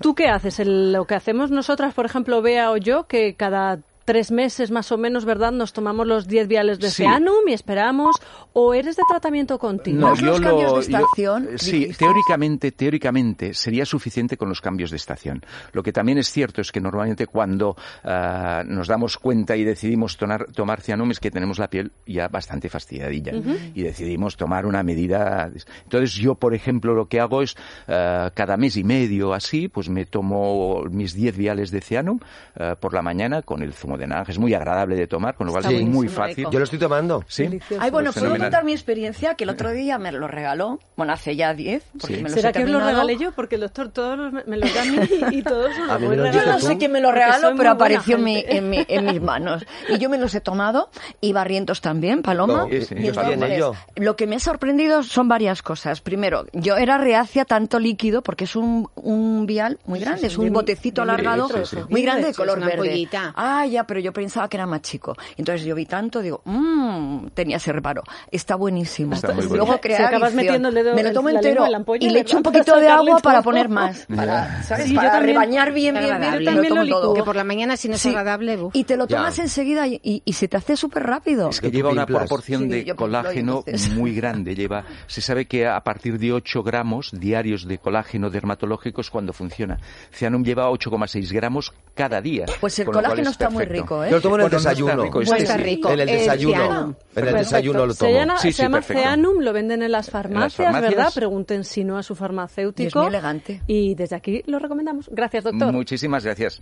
D: ¿Tú qué haces? El- lo que hacemos nosotras, por ejemplo, Bea o yo, que cada tres meses más o menos, ¿verdad? Nos tomamos los 10 viales de
H: Sí.
D: Ceanum y esperamos. ¿O eres de tratamiento continuo?
E: Más los cambios de estación,
H: sí,
E: dijiste.
H: teóricamente, teóricamente sería suficiente con los cambios de estación. Lo que también es cierto es que normalmente cuando ah, nos damos cuenta y decidimos tonar- tomar cianum es que tenemos la piel ya bastante fastidiadilla y decidimos tomar una medida. Entonces yo, por ejemplo, lo que hago es ah, cada mes y medio así, pues me tomo mis 10 viales de cianum ah, por la mañana con el zumo de naranja. Es muy agradable de tomar, con lo cual
F: Está
H: es muy
E: buenísimo,
H: fácil.
E: rico.
F: Yo lo estoy tomando.
H: Sí. Pues
E: Ay, bueno, puedo
H: fenomenal.
E: contar mi experiencia, que el otro día me lo regaló, bueno, hace ya 10, porque
H: Sí.
E: me los
D: ¿Será
E: he
D: que os lo
E: terminado.
D: regalé yo? Porque el doctor todos los- me los da a mí y, y todos os
F: A
D: los
F: mí
D: voy
F: me lo
E: Yo
F: diste
E: no
D: regalando.
F: tú.
E: sé quién me lo
D: Porque
E: regaló,
D: soy
E: pero
D: muy buena
E: apareció en, mi-
D: gente.
E: en mi- en mis manos. Y yo me los he tomado, y Barrientos también, Paloma.
F: No,
H: Sí, sí,
E: Y
H: yo
E: entonces,
F: también, yo.
E: Lo que me ha sorprendido son varias cosas. Primero, yo era reacia a tanto líquido, porque es un, un vial muy grande, es
G: de
E: un
G: mil-
E: botecito
G: de mil
E: alargado,
H: litros, sí, sí.
E: muy grande, de
G: Es
E: color
G: una
E: verde.
G: ampollita.
E: Ah, ya, pero yo pensaba que era más chico. Entonces yo vi tanto, digo, mmm, tenía ese reparo. Está buenísimo.
H: Está muy bueno.
E: Luego
H: Se
E: crear
D: acabas
E: adicción.
D: metiendo el dedo
E: me lo
D: en
E: tomo
D: la lengua
E: entero
D: de la ampolla,
E: y le
D: ¿verdad?
E: echo un
D: Para
E: poquito de
D: sacarle
E: agua para
D: todo.
E: poner más. Para, ¿sabes?
D: Sí, yo
E: para
D: también-
E: rebañar bien, bien, bien.
G: Agradable.
E: y lo
D: También lo
E: tomo todo.
D: licuo.
G: Que por la mañana, si no es
E: Sí.
G: agradable, buf.
E: Y te lo
F: Ya.
E: tomas enseguida y, y- y se te hace súper rápido.
H: Es que
F: De
H: lleva una
F: Pimplas.
H: proporción
E: Sí,
H: de
E: yo Pimploy,
H: colágeno
E: entonces.
H: muy grande. Lleva, se sabe que a partir de 8 gramos diarios de colágeno dermatológico es cuando funciona. Cianum lleva 8,6 gramos cada día.
E: Pues el
H: con lo cual
E: colágeno
H: es
E: está muy
H: perfecto.
E: rico, ¿eh?
F: Yo lo tomo en el
H: Bueno, no está
F: desayuno.
H: rico,
G: Bueno,
H: este
G: está
H: sí.
G: rico.
F: En el
G: El
F: desayuno.
G: cianum.
F: En el
G: Perfecto.
F: desayuno lo
D: Eh, Se, llama,
F: tomo.
H: Sí,
D: se
H: sí,
D: llama
H: perfecto.
D: Ceanum, lo venden en las farmacias,
H: farmacias.
D: ¿verdad? Pregunten si no a su farmacéutico.
E: Y es muy elegante.
D: Y desde aquí lo recomendamos. Gracias, doctor.
H: Muchísimas gracias.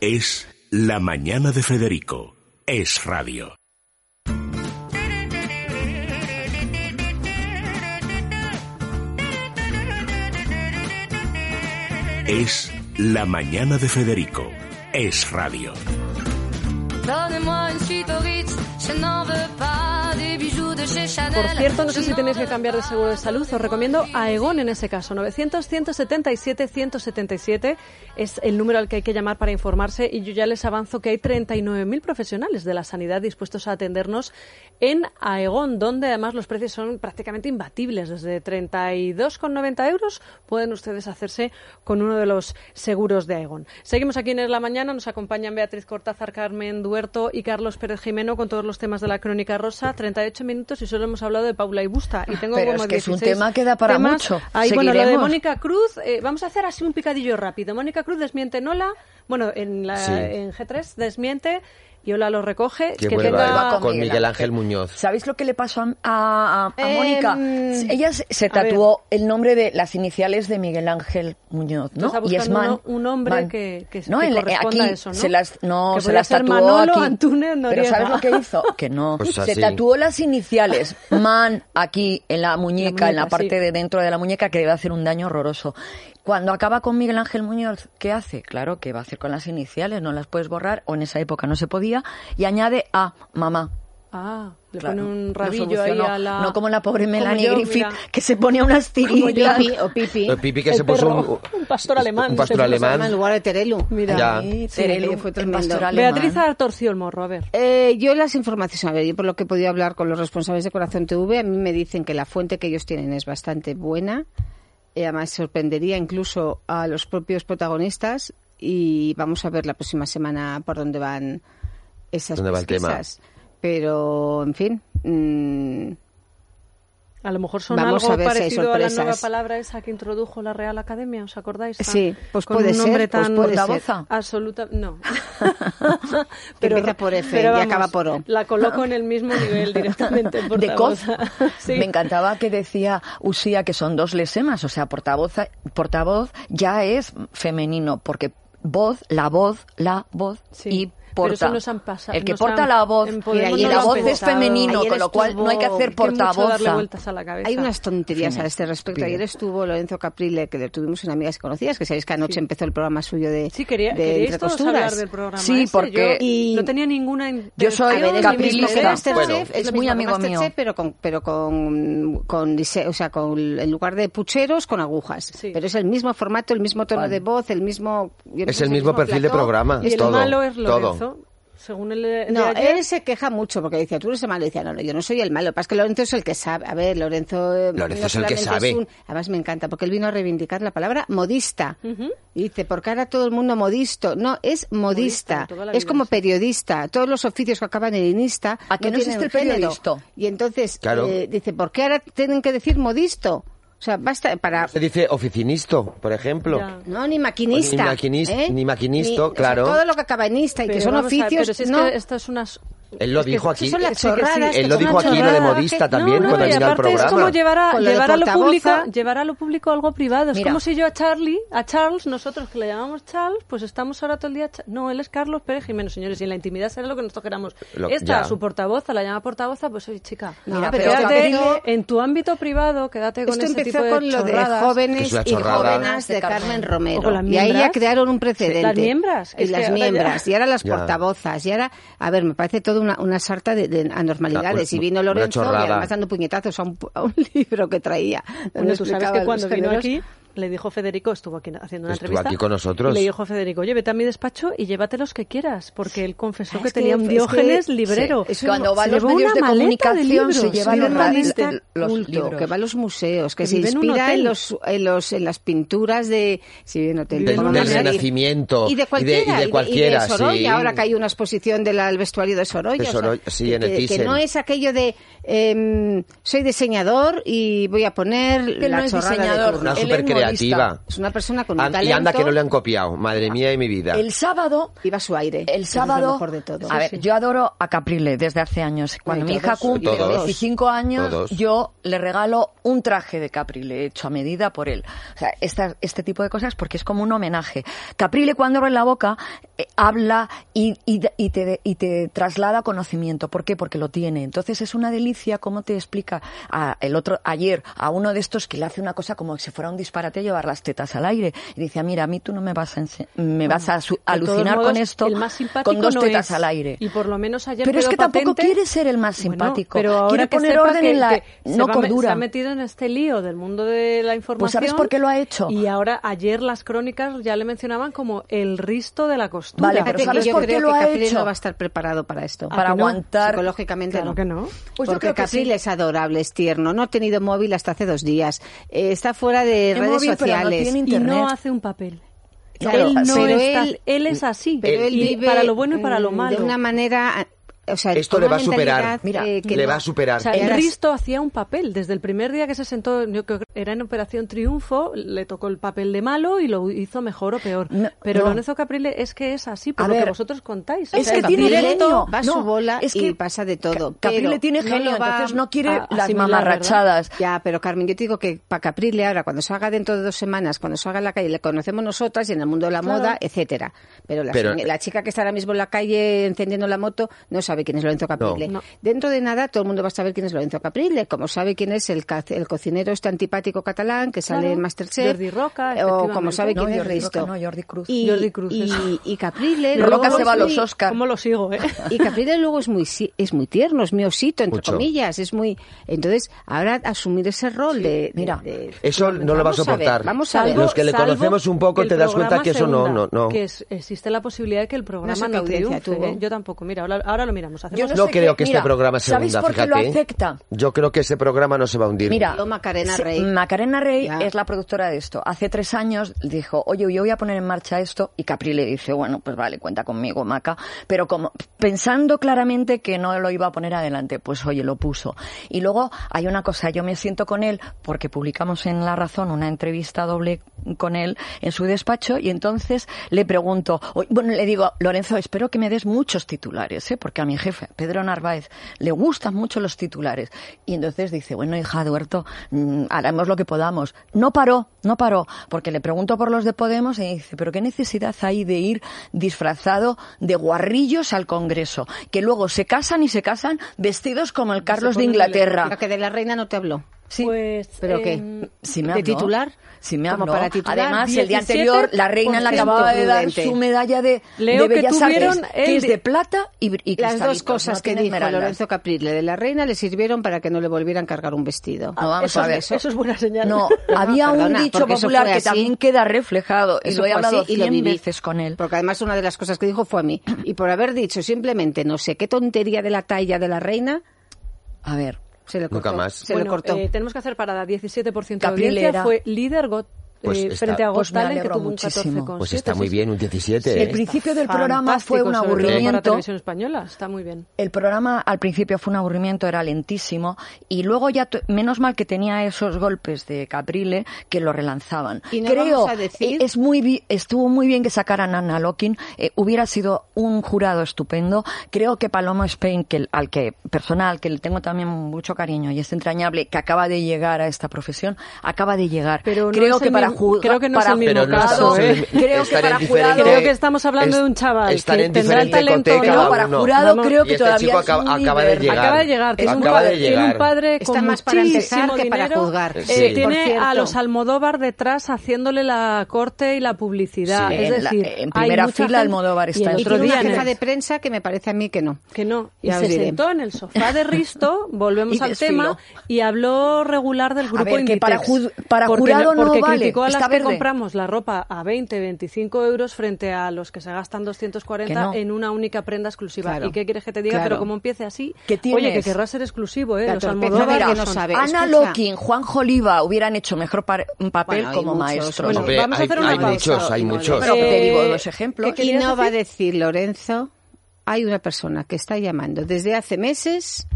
B: Es La Mañana de Federico. Es radio. Es La Mañana de Federico. Es radio.
A: Donnez-moi une suite au Ritz, je n'en veux pas des bijoux de chez Chanel.
D: Por cierto, no sé si tenéis que cambiar de seguro de salud. Os recomiendo Aegon en ese caso. 900-177-177 es el número al que hay que llamar para informarse. Y yo ya les avanzo que hay 39.000 profesionales de la sanidad dispuestos a atendernos en Aegon, donde además los precios son prácticamente imbatibles. Desde 32,90 euros pueden ustedes hacerse con uno de los seguros de Aegon. Seguimos aquí en Es la Mañana. Nos acompañan Beatriz Cortázar, Carmen Duerto y Carlos Pérez Jimeno con todos los temas de la Crónica Rosa. 38 minutos y solo hemos hablado de Paula y Busta. Y tengo
E: Pero
D: como
E: es que es un
D: 16
E: tema que da para
D: temas.
E: mucho.
D: Ahí, bueno, lo de
E: Seguiremos.
D: Mónica Cruz. eh, vamos a hacer así un picadillo rápido. Mónica Cruz desmiente Nola. Bueno, en, la,
F: Sí.
D: en G3 desmiente. Y Ola lo recoge.
F: Que
D: que
F: vuelva
D: tenga-
E: Va
F: él con Miguel Ángel Muñoz.
E: ¿Sabéis lo que le pasó a, a- a- a
G: Eh,
E: Mónica?
G: mm,
E: Ella se- se
D: Em, a ver.
E: tatuó el nombre de las iniciales de Miguel Ángel Muñoz, ¿no?
D: Está
E: y es
D: buscando
E: Man.
D: un- un hombre
E: Man.
D: que- que- que
E: en la-
D: corresponda
E: aquí
D: a eso, ¿no?
E: Se las, no,
D: Que
E: se
D: podría
E: las
D: ser
E: tatuó
D: Manolo
E: aquí.
D: Antúnez
E: Pero
D: Noriega.
E: ¿sabes lo que hizo? Que no.
F: Pues
E: se
F: así.
E: tatuó las iniciales Man aquí en la muñeca,
D: muñeca,
E: en la parte
D: sí.
E: de dentro de la muñeca que debe hacer un daño horroroso. Cuando acaba con Miguel Ángel Muñoz, ¿qué hace? Claro que va a hacer con las iniciales, no las puedes borrar, o en esa época no se podía, y añade a mamá.
D: Ah, le
E: Claro,
D: pone un
E: lo
D: rabillo ahí
E: solucionó.
D: a la...
E: No como la pobre Melanie
D: yo,
E: Griffith,
D: mira.
E: que se ponía unas
G: Como yo,
E: tirillas.
G: pi- o pipi.
F: El Eh, pipi que
D: El
F: se puso
D: perro,
F: un,
D: un pastor alemán,
F: Un pastor
D: se puso.
G: Se llama en
F: alemán.
G: lugar de Terelu.
D: Mira.
F: Ya.
E: Terelu,
G: fue
E: el
G: tremendo.
E: pastor alemán.
D: Beatriz ha torcido el morro, a ver.
G: Eh, yo las informaciones, a ver, yo por lo que he podido hablar con los responsables de Corazón TV, a mí me dicen que la fuente que ellos tienen es bastante buena. Eh, además, sorprendería incluso a los propios protagonistas y vamos a ver la próxima semana por dónde van esas
F: ¿Dónde va el tema?
G: pesquisas. Pero, en fin, mm,
D: A lo mejor son
G: Vamos
D: algo
G: a ver si hay
D: parecido a la nueva
G: sorpresas.
D: palabra esa que introdujo la Real Academia, ¿os acordáis? Ah,
G: Sí, pues
D: con
G: puede
D: un
G: ser,
D: nombre
G: pues
D: tan
G: puede ser.
E: Portavoza.
D: absoluta, no.
G: Que empieza por F y acaba por O.
D: La coloco en el mismo nivel directamente
E: de coz.
D: portavoza. Sí.
E: Me encantaba que decía Usía que son dos lesemas, o sea, portavoz, portavoz ya es femenino, porque voz, la voz, la voz
D: Sí.
E: y
D: Pero
E: porta.
D: eso nos han pasado-
E: El que
D: nos
E: porta
D: han-
E: la voz
D: en
G: Podemos
E: y
G: no
E: la
G: lo han
E: voz es
G: pensado.
E: femenino,
G: Ayer
E: con lo cual
G: estuvo-
E: no hay que hacer
D: Es que mucho darle
E: portavoza.
D: vueltas a la cabeza.
G: Hay unas tonterías
E: Sí,
G: a este respecto.
E: estúpido.
G: Ayer estuvo Lorenzo Caprile, que lo tuvimos en Amigas y Conocidas, que sabéis que anoche empezó el programa suyo de,
D: Sí, quería,
G: de
D: queríais
G: Entre
D: todos
G: Costuras.
D: hablar del programa
E: Sí,
D: ese.
E: porque-
D: yo
G: Y-
D: no tenía ninguna
E: Yo soy
D: intención
E: ver,
D: de-
E: es caprilista.
G: mismo que Masterchef,
E: Bueno,
G: lo
E: es
G: mismo
E: muy
G: que
E: amigo
G: Masterchef,
E: mío.
G: Pero con, pero con, con dise- o sea, con, en lugar de pucheros, con agujas.
D: Sí.
G: Pero es el mismo formato, el mismo tono
E: Vale.
G: de voz, el mismo. yo no
F: Es
G: sé
F: el
G: si
F: mismo perfil de programa.
D: Y el
F: todo,
D: malo es
F: todo.
D: Lorenzo. Según el de,
G: No,
D: de ayer.
G: él se queja mucho porque dice, tú eres el malo. Y dice, "Ah, no, no, yo no soy el malo. Lo que pasa es que Lorenzo es el que sabe. A ver, Lorenzo, eh,
F: Lorenzo
G: no
F: es el que
G: solamente
F: sabe.
G: un- Además me encanta porque él vino a reivindicar la palabra modista. Y dice, porque ahora todo el mundo modisto. No, es modista.
D: Modista, toda la
G: es
D: vida,
G: como
D: sí.
G: periodista. Todos los oficios que acaban en inista
E: ¿A que no
G: tienen
E: existe el
G: género.
E: periodisto?
G: Y entonces
F: Claro.
G: eh, dice, ¿por qué ahora tienen que decir modisto? O sea, basta para...
F: Se dice oficinista, por ejemplo.
D: Ya.
G: No, ni maquinista.
F: Ni maquinis-
G: ¿eh?
F: ni maquinisto,
G: o sea,
F: claro.
G: todo lo que acaba en ista y
D: Pero
G: que son
D: vamos a ver,
G: oficios,
D: pero si es
G: no.
D: que esto es unas
F: Él lo
D: Es que
F: dijo
G: Eso
F: aquí. eh,
G: son las
D: Que sí, que sí.
G: chorradas.
F: Él
G: que
F: lo
G: son
F: dijo
G: una
F: aquí lo de
G: chorrada,
F: modista
G: que-
F: también,
G: no,
F: cuando
G: no, y
F: vino al
D: aparte es
F: programa.
D: como llevar a,
G: Con lo del
D: llevar a lo
G: portavoz,
D: público,
G: ah.
D: llevar a lo público algo privado. Es
E: Mira.
D: como si yo a Charlie, a Charles, nosotros que le llamamos Charles, pues estamos ahora todo el día. Cha- No, él es Carlos Pérez Jiménez, señores, y en la intimidad será lo que nosotros queramos.
F: Lo-
D: Esta,
F: ya.
D: su portavoz, la llama portavoza, pues oye, chica,
G: No,
D: mira,
G: pero
E: esto
D: quédate
G: empezó-
D: en tu ámbito privado, quédate con
G: Esto
D: ese
G: empezó
D: tipo de
G: con lo de
D: chorradas.
F: Que es
G: jóvenes
F: una
G: y
F: chorrada.
G: jóvenes de
E: De Carmen.
G: Carmen
D: O con
G: Romero.
D: las
G: Y ahí ya
D: miembras.
G: crearon un precedente.
D: Las miembras, que
G: Y
D: es que ahora
G: las
D: ya-
G: miembras. Y ahora las
F: Ya.
G: portavozas. Y ahora, a ver, me parece toda una, una sarta de, de anormalidades.
F: Una-
G: y vino
F: una
G: Lorenzo y
F: chorrada.
G: además dando puñetazos a un, a un libro que traía.
D: Bueno,
G: donde
D: tú sabes
G: explicaba
D: que cuando
G: los
D: vino
G: géneros.
D: aquí le dijo Federico, estuvo aquí haciendo una
F: Estuvo
D: entrevista.
F: aquí con nosotros.
D: y le dijo Federico, oye, vete a mi despacho y llévate los que quieras, porque él confesó
G: Ah,
D: que
G: es que-
D: tenía un
G: es
D: Diógenes
G: que-
D: librero.
G: sí, es un-
E: Cuando va a
D: Se
E: los
D: llevó
E: medios
D: una
E: de
D: maleta
E: comunicación,
D: libros,
E: se lleva
D: un
G: un
E: los, ra-
D: journalista
E: de- los
G: culto,
E: libros.
G: que va a los museos, que,
D: Que
G: se
D: vive en un
G: inspira en,
D: hotel.
G: los, en, los, en las pinturas de... Sí, vive en hotel,
D: Del-
G: ¿cómo no
D: del
G: va a ir?
F: Renacimiento,
G: Y
F: y de- y
G: de
F: de
G: cualquiera. y de- y de
F: cualquiera, sí.
G: Sorolla, ahora que hay una exposición del al vestuario de Sorolla.
F: De
G: o sea,
F: Sorolla, sí, en el
G: que- Que
F: Thyssen.
G: no es aquello de em, soy diseñador y voy a poner
E: Que
G: la
E: no es
G: chorrada de
E: diseñador, em-
G: turno.
F: Una
E: Él es
F: súper creativa.
G: Es una persona con un
F: Y anda
G: talento.
F: que no le han copiado. Madre mía de mi vida.
E: El sábado
G: Iba su aire. que
E: El
G: es lo
E: sábado.
G: mejor de todo.
E: A ver, yo adoro a Caprile desde hace años. Cuando
G: Ay,
E: mi hija
G: todos,
E: cumple
F: todos,
E: 25 años,
F: todos.
E: yo le regalo un traje de Caprile hecho a medida por él. O sea, esta- este tipo de cosas porque es como un homenaje. Caprile cuando abre la boca eh, habla y, y- y te, y te traslada conocimiento. ¿Por qué? Porque lo tiene. Entonces es una delicia cómo te explica a el otro ayer a uno de estos que le hace una cosa como si fuera un disparate llevar las tetas al aire y dice, "Ah, mira, a mí tú no me vas a ense- me vas a su-
D: De todos
E: alucinar con
D: modos,
E: esto
D: el más simpático
E: con dos
D: no
E: tetas
D: es.
E: al aire.
D: Y por lo menos ayer
E: Pero es
D: quedó
E: que tampoco
D: patente-
E: quiere ser el más
D: Bueno,
E: simpático.
D: pero ahora
E: quiere
D: que
E: poner
D: sepa
E: orden
D: que-
E: en la
D: que se
E: no
D: va a me- se
E: cordura. Pues,
D: ha metido en este lío del mundo de la información.
E: ¿sabes por qué lo ha hecho?
D: Y ahora ayer las crónicas ya le mencionaban como el risto de la costura.
E: Vale, pero
G: Fíjate que
E: ¿sabes
G: yo
E: por qué
G: creo
E: lo
G: que
E: ha
G: Caprile
E: hecho? Ah,
G: no va a estar preparado para esto.
E: Para
D: ¿A que no?
E: aguantar.
G: Psicológicamente
D: Claro
G: no.
D: que no.
E: Pues yo
G: Porque
E: creo que
G: Caprile
E: sí.
G: es adorable, es tierno. No ha tenido móvil hasta hace dos días. Eh, está fuera de
E: Qué
G: redes
E: móvil, pero no
G: sociales.
E: tiene
D: y
E: Internet.
D: no hace un papel.
E: No,
D: él
E: pero-
D: no
E: pero
D: está,
G: él-
D: él, es así.
G: Pero él
D: Y
G: vive
D: para lo bueno y para lo
G: mm,
D: malo.
G: De una manera. O sea,
F: Esto
G: con
F: le
G: una
F: va a superar.
G: mentalidad,
E: Mira,
G: eh, que
F: le
G: no-
F: va a
D: O
F: superar.
D: sea,
G: Y
D: el
G: ahora-
D: Risto hacía un papel. Desde el primer día que se sentó, yo creo que era en Operación Triunfo, le tocó el papel de malo y lo hizo mejor o peor.
E: No,
D: Pero
E: no.
D: Lorenzo Caprile es que es así, por
E: A
D: lo
E: ver,
D: que vosotros contáis.
E: es que
D: el
E: tiene
D: Caprile-
G: Caprile
E: genio.
G: va a
E: No,
G: su bola
E: es
G: y
E: que
G: pasa de todo,
E: Ca- Caprile
G: pero
E: tiene
G: no
E: genio,
G: lo va
E: entonces no quiere
D: a-
E: las
D: asimilar,
E: mamarrachadas.
G: Ya, pero Carmen, yo te digo que para Caprile ahora, cuando salga dentro de dos semanas, cuando salga en la calle, le conocemos nosotras y en el mundo de la moda, etcétera. Pero la,
F: Pero-
G: la chica que está ahora mismo en la calle encendiendo la moto no sabe quién es Lorenzo Caprile.
D: No. No.
G: Dentro de nada, todo el mundo va a saber quién es Lorenzo Caprile, como sabe quién es el, ca- el cocinero este antipático catalán que sale
D: Claro.
G: en Masterchef.
D: Jordi Roca,
G: O
D: efectivamente.
G: como sabe
E: No,
G: quién es
E: Jordi
G: Risto.
E: Roca no, Jordi Cruz.
G: Y,
D: Jordi Cruz,
G: y-
D: eso.
G: y Caprile.
E: Pero
G: luego
E: Roca se
G: es
E: va a
G: muy-
E: los Oscar.
D: ¿Cómo lo sigo, eh?
G: y Caprile luego es muy si- es muy tierno, es muy osito, entre
F: Mucho.
G: comillas, es muy entonces ahora asumir ese rol de, de-
E: mira.
G: de-
F: Eso no lo va a
G: Vamos ver,
F: soportar.
G: vamos a ver.
F: Los que le
D: Salvo
F: conocemos un poco
D: el
F: te das cuenta
D: programa
F: que eso no,
D: Segunda,
F: no, no.
D: Que es- existe la posibilidad de que el programa
G: No sé
D: no,
G: qué audiencia
D: triunfe.
G: tuvo.
D: ¿eh? Yo tampoco. Mira, ahora, ahora lo miramos. Hacemos
E: Yo
F: No,
E: no sé
F: creo
E: qué-
F: que
E: mira,
F: este programa se
E: ¿sabéis
F: hunda,
E: por qué
F: fíjate.
E: lo
F: ¿eh?
E: acepta?
F: Yo creo que ese programa no se va a hundir.
E: Mira,
G: Yo, Macarena
E: se-
G: Rey.
E: Macarena Rey
G: Ya.
E: es la productora de esto. Hace tres años dijo, oye, yo voy a poner en marcha esto y Capri le dice, bueno, pues vale, cuenta conmigo, Maca, pero como pensando claramente que no lo iba a poner adelante, pues oye, lo puso. Y luego hay una cosa, yo me siento con él porque publicamos en La Razón una entrevista doble con él en su despacho y entonces le pregunto, o- bueno, le digo, Lorenzo, espero que me des muchos titulares, ¿eh? porque a mi jefe, Pedro Narváez, le gustan mucho los titulares. Y entonces dice, bueno, hija Duerto, mm, haremos lo que podamos. No paró, no paró, porque le pregunto por los de Podemos y dice, pero ¿qué necesidad hay de ir disfrazado de guarrillos al Congreso? Que luego se casan y se casan vestidos como el Carlos de
D: ponen de la-
E: Inglaterra.
G: La que de la reina no te habló.
E: Sí.
D: Pues,
G: ¿Pero qué?
D: em,
E: Sí me
G: ¿De
E: habló.
G: titular?
E: Sí me
G: Como
E: habló.
G: para titular,
E: Además, el día
D: 17%
E: anterior la reina le acababa de dar su medalla de,
D: Leo
E: de
D: que
E: Bellas Artes,
D: tuvieron el
E: que es
D: de-
E: de plata y, y
G: Las dos
E: cristalitos,
G: cosas
E: no
G: que
E: tiene
G: dijo
E: esmeraldas.
G: Lorenzo Caprile de la reina le sirvieron para que no le volvieran a cargar un vestido.
E: No, vamos
D: Ah, eso,
E: a ver.
D: es- eso es buena señal.
E: No,
G: No,
E: había un
G: perdona,
E: dicho
G: porque eso
E: popular
G: fue
E: que
G: así.
E: también queda reflejado y
G: Eso
E: lo he
G: fue
E: hablado
G: así y lo
E: 100
G: viví.
E: veces con él.
G: Porque además una de las cosas que dijo fue a mí. Y por haber dicho simplemente no sé qué tontería de la talla de la reina,
E: A ver,
G: se le
F: Nunca
G: cortó.
F: más.
G: Se le
D: Bueno,
G: cortó.
D: eh, tenemos que hacer parada. 17% de
E: Caprilera.
D: audiencia fue líder Got-
F: Pues
D: eh,
F: está-
D: frente a
E: pues me
D: Gostalen, que
E: alegro
D: tuvo un
E: muchísimo.
D: 14,7.
F: Pues está muy
D: sí,
F: bien, un 17.
E: el
F: ¿eh?
E: principio del programa fue un
D: Fantástico, sobre todo Para
E: aburrimiento.
D: televisión española, está muy bien.
E: El programa al principio fue un aburrimiento, era lentísimo y luego ya tu- menos mal que tenía esos golpes de Caprile que lo relanzaban.
G: Y no
E: Creo
G: vamos a decir-
E: eh, es muy bi- estuvo muy bien que sacaran a Anna Lokin, eh, hubiera sido un jurado estupendo. Creo que Paloma Spain, que el- al que personal que le tengo también mucho cariño y es entrañable, que acaba de llegar a esta profesión, acaba de llegar.
D: Pero no
E: creo
D: es
E: que
D: el
E: para
D: mismo-
E: juzgar-
D: creo que no es
E: para
D: el mismo
E: juzgado,
D: caso,
F: estamos en-
D: ¿eh?
E: creo que
F: estar en
E: para
F: diferente-
E: jurado
D: Creo que estamos hablando de un chaval
F: estar
D: que
F: en
D: tendrá el
F: diferente
D: talento,
F: cote
D: pero
F: cada
E: para
F: uno.
E: jurado
D: Vamos.
E: creo
F: Y
E: que
F: este
E: todavía
F: chico
E: es un
F: acaba, acaba de
E: líder.
F: llegar.
D: Acaba de llegar, tiene, un
F: Acaba
D: padre,
F: de llegar.
D: tiene un padre
G: Está
D: con
G: más para
D: muchísimo
G: empezar que para
D: dinero.
G: juzgar.
D: Eh,
F: Sí.
G: Por
D: tiene
G: cierto.
D: a los Almodóvar detrás haciéndole la corte y la publicidad.
E: Sí.
D: es
E: En la-
D: decir,
E: en
D: hay
E: primera
D: mucha
E: fila
D: gente-
E: Almodóvar está
D: y el
E: en
G: Y
D: otro
G: tiene
D: día
G: una
D: en
G: jefa
D: el-
G: de prensa que me parece a mí que no.
D: que no. Y
G: Ya
D: se
G: os diré.
D: sentó en el sofá de Risto, volvemos
E: Y
D: al
E: desfiló.
D: tema, y habló regular del grupo
E: ver, que
D: Inditex.
E: para ju- para
D: porque,
E: jurado no
D: porque
E: vale,
D: criticó a las
E: está
D: que
E: verde.
D: compramos la ropa a 20, 25 euros frente a los que se gastan 240
E: Que no.
D: en una única prenda exclusiva.
G: Claro.
D: ¿Y qué quieres que te diga?
G: Claro.
D: Pero como empiece así,
E: ¿Qué
D: oye, que
E: tienes?
D: querrá ser exclusivo, ¿eh?
G: La
D: los
G: torpeza
D: Almodóvar
G: de
D: que
G: que no
D: son.
G: sabe.
E: Ana
G: escucha.
E: Lokin, Juanjo Oliva hubieran hecho mejor par- un papel
G: Bueno, hay
E: como
G: muchos.
E: maestros.
D: Bueno,
F: Hombre,
D: vamos a
F: hay-
D: hacer una
F: hay
D: pausa.
F: muchos, hay
D: Y
F: muchos.
E: Pero
D: volvemos.
E: te digo
D: Eh,
E: los ejemplos.
D: ¿qué
G: Y
D: querías
G: no va a
D: decir?
G: decir Lorenzo, hay una persona que está llamando desde hace meses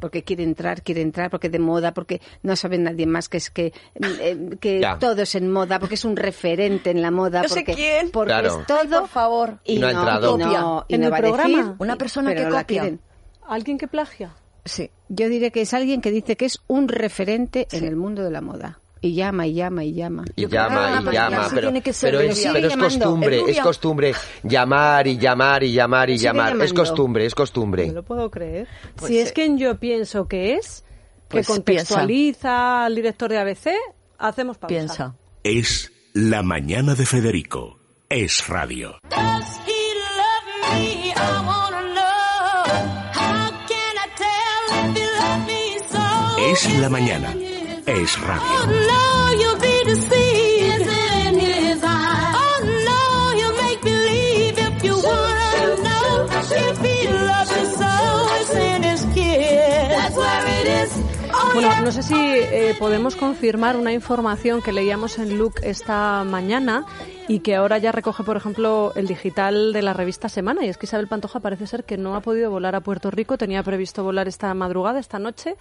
G: porque quiere entrar, quiere entrar, porque de moda, porque no sabe nadie más que es que, eh, que
F: Ya.
G: todo es en moda, porque es un referente en la moda,
E: Yo sé
G: porque,
E: quién.
G: porque
F: Claro.
G: es todo.
E: Por favor.
G: Y
F: No ha
G: no,
F: entrado.
G: y no- y
D: ¿En
G: no
D: el
G: va a
D: programa?
G: decir,
E: Una persona
G: pero
E: que
G: la
E: copia.
G: quieren.
D: ¿Alguien que plagia?
E: Sí.
G: Yo diré que es alguien que dice que es un referente en el mundo de la moda. Y llama, y llama, y llama.
F: Y
E: Yo creo que
F: llama,
E: ahora
F: y
E: la
F: llama,
E: mañana sí
F: pero,
E: tiene que ser
F: pero es,
E: rubia.
F: pero es
G: Sigue llamando.
E: Es
F: costumbre, es
E: rubia.
F: costumbre llamar y llamar y llamar y
G: Sigue
F: llamar, es
G: llamando.
F: costumbre, es costumbre.
D: No lo puedo creer.
E: Pues
D: si es
E: sí.
D: quien yo pienso que es, que
E: Pues
D: contextualiza al director de ABC, hacemos pausa.
E: Piensa.
B: Es La mañana de Federico. Es radio.
A: Does he love me? I wanna know. How can I tell if he loves me so?
B: Es la mañana. Es radio.
A: Oh no, you'll be deceived. Is it in his eyes? Oh no, you'll make believe if you wanna know. If he loves you so, it's in his kiss. That's where it is. Oh,
D: Bueno,
A: yeah.
D: no sé si eh, podemos confirmar una información que leíamos en Look esta mañana y que ahora ya recoge, por ejemplo, el digital de la revista Semana. Y es que Isabel Pantoja parece ser que no ha podido volar a Puerto Rico, tenía previsto volar esta madrugada, esta noche,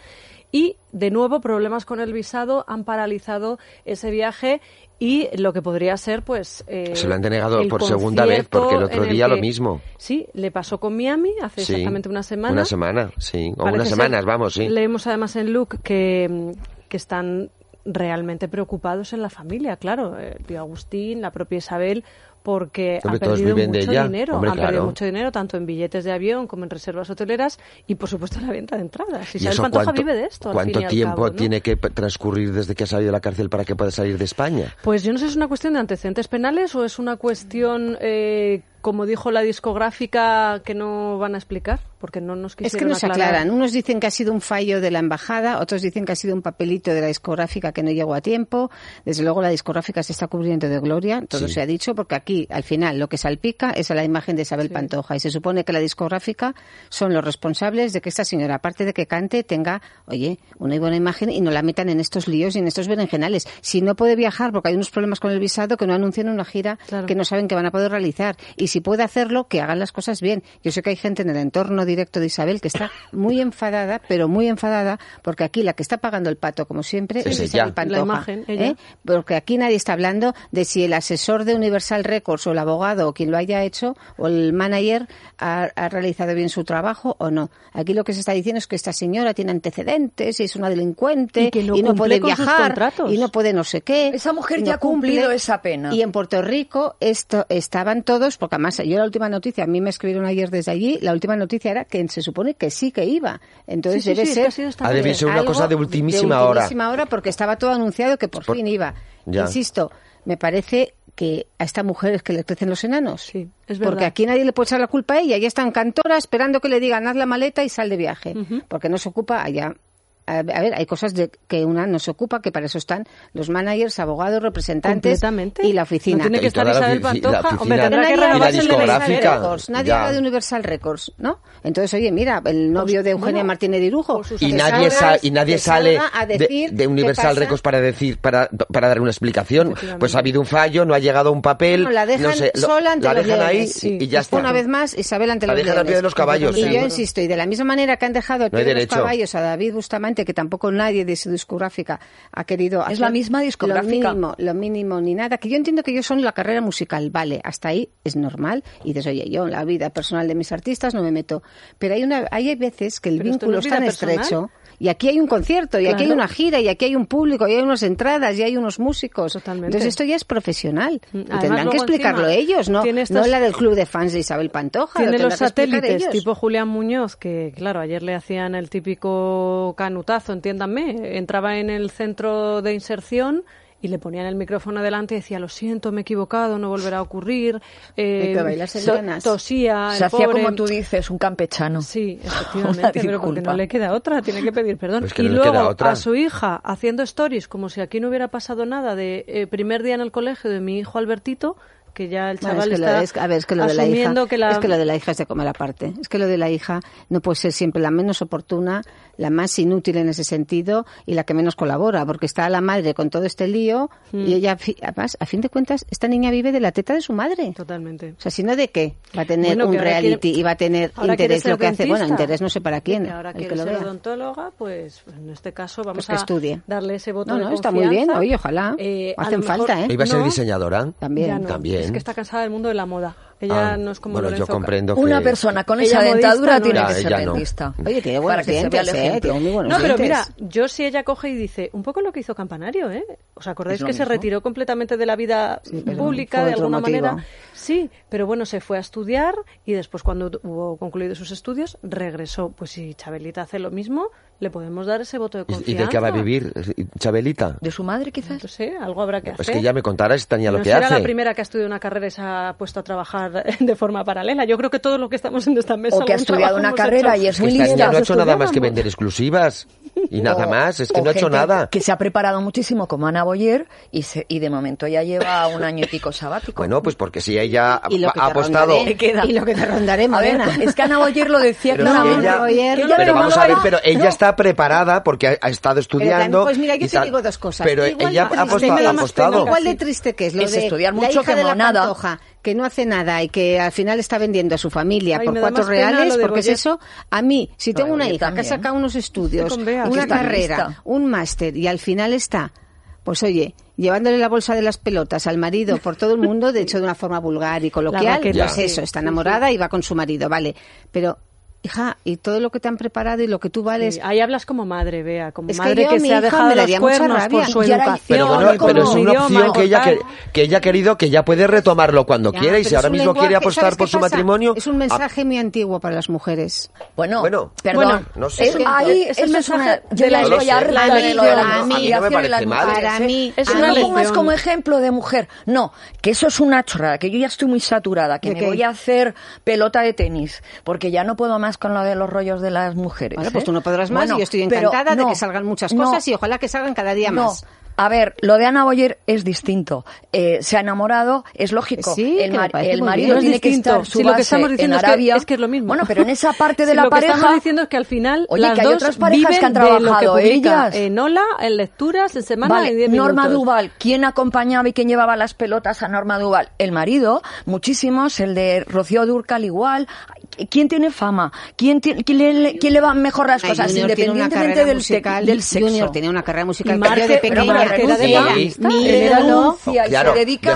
D: y de nuevo problemas con el visado han paralizado ese viaje y lo que podría ser, pues. eh,
F: Se lo han denegado
D: el
F: por segunda vez,
D: concierto
F: porque el otro
D: en
F: día lo mismo.
D: Sí, le pasó con Miami hace
F: Sí,
D: exactamente una semana.
F: Una semana, sí. O
D: Parece
F: unas
D: ser-
F: semanas, vamos, sí.
D: Leemos además en Luke que, mm, que están realmente preocupados en la familia, claro, el tío Agustín, la propia Isabel, porque
F: Hombre,
D: han
F: todos
D: perdido
F: viven de
D: mucho
F: ella.
D: dinero,
F: Hombre,
D: han perdido
F: claro.
D: mucho dinero tanto en billetes de avión como en reservas hoteleras y por supuesto en la venta de entradas. Isabel Pantoja vive de esto. al
F: cuánto
D: fin y al
F: tiempo
D: cabo, ¿no?
F: tiene que p- transcurrir desde que ha salido de la cárcel para que pueda salir de España?
D: Pues yo no sé si es una cuestión de antecedentes penales o es una cuestión, eh, como dijo la discográfica, que no van a explicar, porque no nos
G: Es
D: quisieron
G: que no se
D: aclarar.
G: aclaran. Unos dicen que ha sido un fallo de la embajada, otros dicen que ha sido un papelito de la discográfica que no llegó a tiempo. Desde luego la discográfica se está cubriendo de gloria, todo
F: Sí.
G: se ha dicho, porque aquí al final lo que salpica es a la imagen de Isabel Pantoja y se supone que la discográfica son los responsables de que esta señora, aparte de que cante, tenga, oye, una buena imagen y no la metan en estos líos y en estos berenjenales. Si no puede viajar porque hay unos problemas con el visado, que no anuncien una gira
D: Claro.
G: que no saben que van a poder realizar. Y si puede hacerlo, que hagan las cosas bien. Yo sé que hay gente en el entorno directo de Isabel que está muy enfadada, pero muy enfadada, porque aquí la que está pagando el pato, como siempre,
F: Es
G: es
F: ella.
G: Isabel Pantoja.
D: La imagen, ella.
G: ¿eh? Porque aquí nadie está hablando de si el asesor de Universal Records o el abogado o quien lo haya hecho o el manager ha, ha realizado bien su trabajo o no. Aquí lo que se está diciendo es que esta señora tiene antecedentes y es una delincuente
D: Y que no
G: no
D: cumple
G: puede
D: con sus
G: viajar
D: contratos.
G: y no puede no sé qué.
E: Esa mujer
G: no
E: ya ha cumplido
G: cumple.
E: esa pena.
G: Y en Puerto Rico esto, estaban todos, porque además yo la última noticia, a mí me escribieron ayer desde allí, la última noticia era que se supone que sí que iba. Entonces
D: Sí, sí,
G: debe
D: sí, es que
G: ser...
D: ha sido esta
G: algo
F: Ha debido ser una cosa de ultimísima hora.
G: ultimísima hora porque estaba todo anunciado que por,
F: Por-
G: fin iba.
F: Ya.
G: Insisto, me parece que a esta mujer es que le crecen los enanos.
D: Sí, es
G: Porque
D: verdad.
G: aquí nadie le puede echar la culpa a ella. Ella está en Cantora esperando que le digan haz la maleta y sal de viaje. Porque no se ocupa allá. a a ver, hay cosas de que una nos ocupa, que para eso están los managers, abogados, representantes
D: Completamente.
G: y la oficina.
D: No tiene que
F: Y
D: estar
F: toda la
D: Isabel
F: ofici- la
D: Pantoja. Hombre,
F: oficina.
G: Pero
D: tendrá que
G: nadie habla
D: renovarse
G: de
D: el
G: Universal
F: discográfica.
G: Records, nadie
F: Ya.
G: habla de Universal Records, ¿no? Entonces, oye, mira, el novio de Eugenia
D: bueno,
G: Martínez Dirujo.
D: o sus
F: y
G: que
F: nadie,
G: salga-
F: sa- y nadie
G: que
F: sale
G: salga a
F: de-
G: decir
F: de,
G: qué
F: Universal
G: pasa.
F: Records para decir para, para dar una explicación
D: Efectivamente.
F: pues ha habido un fallo no ha llegado un papel
G: No, la dejan
F: no sé, lo-
G: sola ante
F: la
G: los
F: dejan ahí
G: leones. Pues
F: y, y ya está
G: Una vez más, Isabel ante
F: La
G: los
F: dejan al pie
G: leones.
F: de los caballos,
G: Y
F: sí.
G: yo insisto, y de la misma manera que han dejado
F: No
G: al pie
F: hay
G: de los
F: derecho.
G: caballos a David Bustamante, que tampoco nadie de su discográfica ha querido hacer
E: la misma
G: Lo
E: discográfica.
G: mínimo, lo mínimo ni nada. Que yo entiendo que ellos son la carrera musical, vale, hasta ahí es normal. Y dices, oye, yo en la vida personal de mis artistas no me meto. Pero hay, una, hay veces que el
D: Pero esto
G: vínculo
D: no
G: es
D: es vida
G: tan
D: personal.
G: estrecho. Y aquí hay un concierto, y aquí hay
D: Claro.
G: una gira, y aquí hay un público, y hay unas entradas, y hay unos músicos.
D: Totalmente.
G: Entonces esto ya es profesional.
D: Mm,
G: Y
D: además,
G: tendrán que
D: luego
G: explicarlo
D: encima
G: ellos, ¿no?
D: tiene
G: No
D: estas-
G: la del club de fans de Isabel Pantoja. lo
D: Tiene los
G: tendrán que explicar
D: satélites
G: ellos.
D: tipo Julián Muñoz, que claro, ayer le hacían el típico canutazo, entiéndanme, entraba en el centro de inserción y le ponían el micrófono delante y decía, lo siento, me he equivocado, no volverá a ocurrir. Eh,
G: Hay que bailar
D: to-
G: serenas.
D: tosía,
E: Se
D: el
E: hacía
D: pobre.
E: como tú dices, un campechano.
D: Sí,
E: Una
D: efectivamente, pero porque
E: disculpa.
D: no le queda otra, tiene que pedir perdón.
F: Pues que
D: y
F: no le queda
D: luego
F: otra.
D: a su hija haciendo stories como si aquí no hubiera pasado nada de eh, primer día en el colegio de mi hijo Albertito, que ya el
G: Bueno,
D: chaval
G: es que lo
D: está
G: de- es- a ver, es que lo de la
D: asumiendo
G: hija,
D: que la...
G: es que lo de la hija es de comer aparte. Es que lo de la hija no puede ser siempre la menos oportuna, la más inútil en ese sentido y la que menos colabora, porque está la madre con todo este lío
D: Mm.
G: y ella, fi- además, a fin de cuentas, esta niña vive de la teta de su madre.
D: Totalmente.
G: O sea, si no de qué va a tener
D: Bueno, que
G: un
D: ahora
G: reality
D: quiere-
G: y va a tener
D: ahora quiere
G: interés
D: ser
G: lo que hace. Bueno,
D: dentista.
G: interés no sé para quién.
D: Y ahora
G: el
D: quiere
G: que lo
D: ser
G: vea. Pues
D: odontóloga, pues en este caso vamos
G: que
D: a
G: estudie.
D: darle ese voto
G: No,
D: de
G: no, está muy bien.
D: confianza.
G: Oye, ojalá.
D: Eh, a
G: Hacen
D: lo mejor-
G: falta, ¿eh?
F: iba a ser
D: No,
F: diseñadora
G: También.
D: ya no.
F: También.
D: Es que está cansada del mundo de la moda. Ella
F: Ah,
D: no es como
F: bueno
D: Lorenzo
F: yo comprendo
E: Una
F: que-
E: persona con
D: Ella
E: esa
D: modista
E: dentadura
D: no
E: tiene
D: era.
E: que ser
F: Ya, ya no.
E: dentista.
G: Oye, tiene buenos
E: Para que se vea el
G: dientes, ¿eh?
E: ejemplo.
G: Tiene muy buenos
D: No, pero
G: dientes.
D: mira, yo si ella coge y dice, un poco lo que hizo Campanario, ¿eh? ¿Os acordáis
E: Es lo
D: que se
E: mismo.
D: retiró completamente de la vida
G: pero
D: pública
G: fue
D: de
G: otro
D: alguna
G: motivo.
D: manera? Sí, pero bueno, se fue a estudiar y después cuando hubo concluido sus estudios regresó. Pues si Chabelita hace lo mismo, le podemos dar ese voto de
F: ¿Y-
D: confianza.
F: ¿Y, de qué va a vivir Chabelita?
E: ¿De su madre, quizás?
D: No sé, algo habrá que hacer.
F: Es Pues que ya me contará esta niña
D: no
F: lo que
D: será
F: hace.
D: la primera que ha estudiado una carrera y se ha puesto a trabajar de forma paralela. Yo creo que todos los que estamos en esta mesa
E: O que ha
D: algún
E: estudiado
D: trabajo
E: una
D: hemos
E: carrera
D: hecho.
E: y es
F: Que
E: muy
F: esta niña
E: lista.
F: no ha hecho nada más que
D: estudiábamos.
F: vender exclusivas y nada
E: O-
F: más. Es que
E: o
F: no ha hecho
E: gente
F: nada.
E: Que se ha preparado muchísimo como Ana Boyer y, se- y de momento ya lleva un año y pico sabático.
F: Bueno, pues porque si ella
G: Y lo
F: ha
G: que te
F: ha apostado...
G: rondaré.
E: ¿Qué queda?
G: Y lo que te rondaré,
E: A ver,
G: Morena.
E: es que Ana Boyer lo decía
F: Pero,
E: claramente.
F: si ella-
G: Ana Boyer-
E: Ella
F: pero
E: lo
F: vamos a ver,
E: llamaba-
F: pero ella
E: No.
F: está preparada porque ha, ha estado
G: Pero también,
F: estudiando.
G: pues mira, yo
F: y
G: te
F: tal.
G: digo dos cosas.
F: Pero
G: Igual
F: ella
G: de
F: ha
G: triste,
F: apostado. ha
G: más
F: apostado.
G: pena, Igual de triste que es lo
E: Es
G: de
E: estudiar
G: la
E: mucho
G: hija
E: que
G: de la
E: monada.
G: Pantoja, que no hace nada y que al final está vendiendo a su familia
D: Ay,
G: por
D: me da
G: cuatro
D: más pena
G: reales,
D: lo de
G: porque es
D: Boyer.
G: eso. A mí, si
E: Lo
G: tengo
E: de
G: una
E: Boyer
G: hija que
E: también.
G: saca unos estudios,
D: Este Con Bea.
G: una
E: Está
G: carrera,
E: lista.
G: un máster y al final está, pues oye, llevándole la bolsa de las pelotas al marido por todo el mundo, de hecho de una forma vulgar y coloquial,
D: raqueta,
G: pues
F: sí.
G: eso, está enamorada y va con su marido, vale. Pero, hija, y todo lo que te han preparado y lo que tú vales,
D: Sí, ahí hablas como madre, vea, como
G: Es que
D: madre
G: yo a
D: que
G: mi
D: se ha
G: hija
D: dejado
G: me
D: los
G: daría mucha
D: cuernos por su
G: rabia.
E: Y ahora hay-
D: educación.
F: Pero
E: No,
F: bueno,
D: y
E: no,
F: pero
D: como
F: es
D: su
F: una
D: idioma,
F: opción que
D: por
F: ella,
D: tal.
F: que, que ella ha querido, que ella puede retomarlo cuando
G: Ya,
F: quiere y
G: pero
F: si ahora
G: es un
F: mismo
G: lenguaje,
F: quiere
G: ¿sabes
F: apostar
G: qué
F: por su
G: pasa?
F: matrimonio... ah.
G: Es un mensaje muy antiguo para las mujeres.
E: Bueno,
F: Bueno,
E: perdón.
F: bueno, no sé.
E: Es, ahí,
D: Es
E: eso
D: el
E: es una,
D: mensaje
E: yo
D: de
E: ya
D: la
E: estoy
F: elección.
E: harta de lo de la
G: A mí- a mí no me
E: conciliación de
F: parece
E: las
F: mal.
E: mujeres,
G: Para
E: ¿eh?
G: mí-
E: es
D: Ah,
E: una
D: no.
E: no pongas
D: elección.
E: como ejemplo de mujer. No, que eso es una chorrada, que yo ya estoy muy saturada, que
G: ¿De
E: me
G: qué?
E: voy a hacer pelota de tenis, porque ya no puedo más con lo de los rollos de las mujeres.
G: Bueno,
E: ¿eh?
G: pues tú no podrás más
E: Bueno,
G: y yo estoy
E: pero
G: encantada
E: no,
G: de que salgan muchas
E: no,
G: cosas y ojalá que salgan cada día
E: no.
G: más.
E: A ver, lo de Ana Boyer es distinto. Eh, se ha enamorado, es lógico.
G: Sí,
E: el,
G: que me
E: mar-
G: parece
E: el
G: muy
E: marido
G: bien.
E: tiene
D: Es
E: que
D: distinto.
E: estar su
D: Si lo que
E: base
D: estamos diciendo
E: en
D: es que-
E: Arabia.
D: es que es lo mismo.
E: Bueno, pero en esa parte de
D: Si
E: la
D: lo que
E: pareja.
D: estamos diciendo es que al final
E: Oye,
D: las
E: que hay
D: dos
E: otras parejas
D: viven
E: que han
D: de lo
E: trabajado,
D: publican
E: ellas.
D: en Ola, en lecturas, en semana,
E: Vale,
D: en 10
E: Norma
D: minutos.
E: Duval, ¿quién acompañaba y quién llevaba las pelotas a Norma Duval? El marido, muchísimos, el de Rocío Durcal igual. ¿Quién tiene fama? ¿Quién, ti- quién le, quién le va mejor las
G: Ay,
E: cosas?
G: Junior tiene una
E: Independientemente
G: carrera
E: del, te-
G: musical,
E: del sexo.
G: Junior tenía una carrera musical
D: Y
G: que yo
D: Marte,
G: de
D: pero
G: pequeña
E: para
G: que era de
E: renuncia.
G: la-
F: Sí.
G: mi
E: Él era
G: ídolo,
E: loco. y ahí se dedica
G: a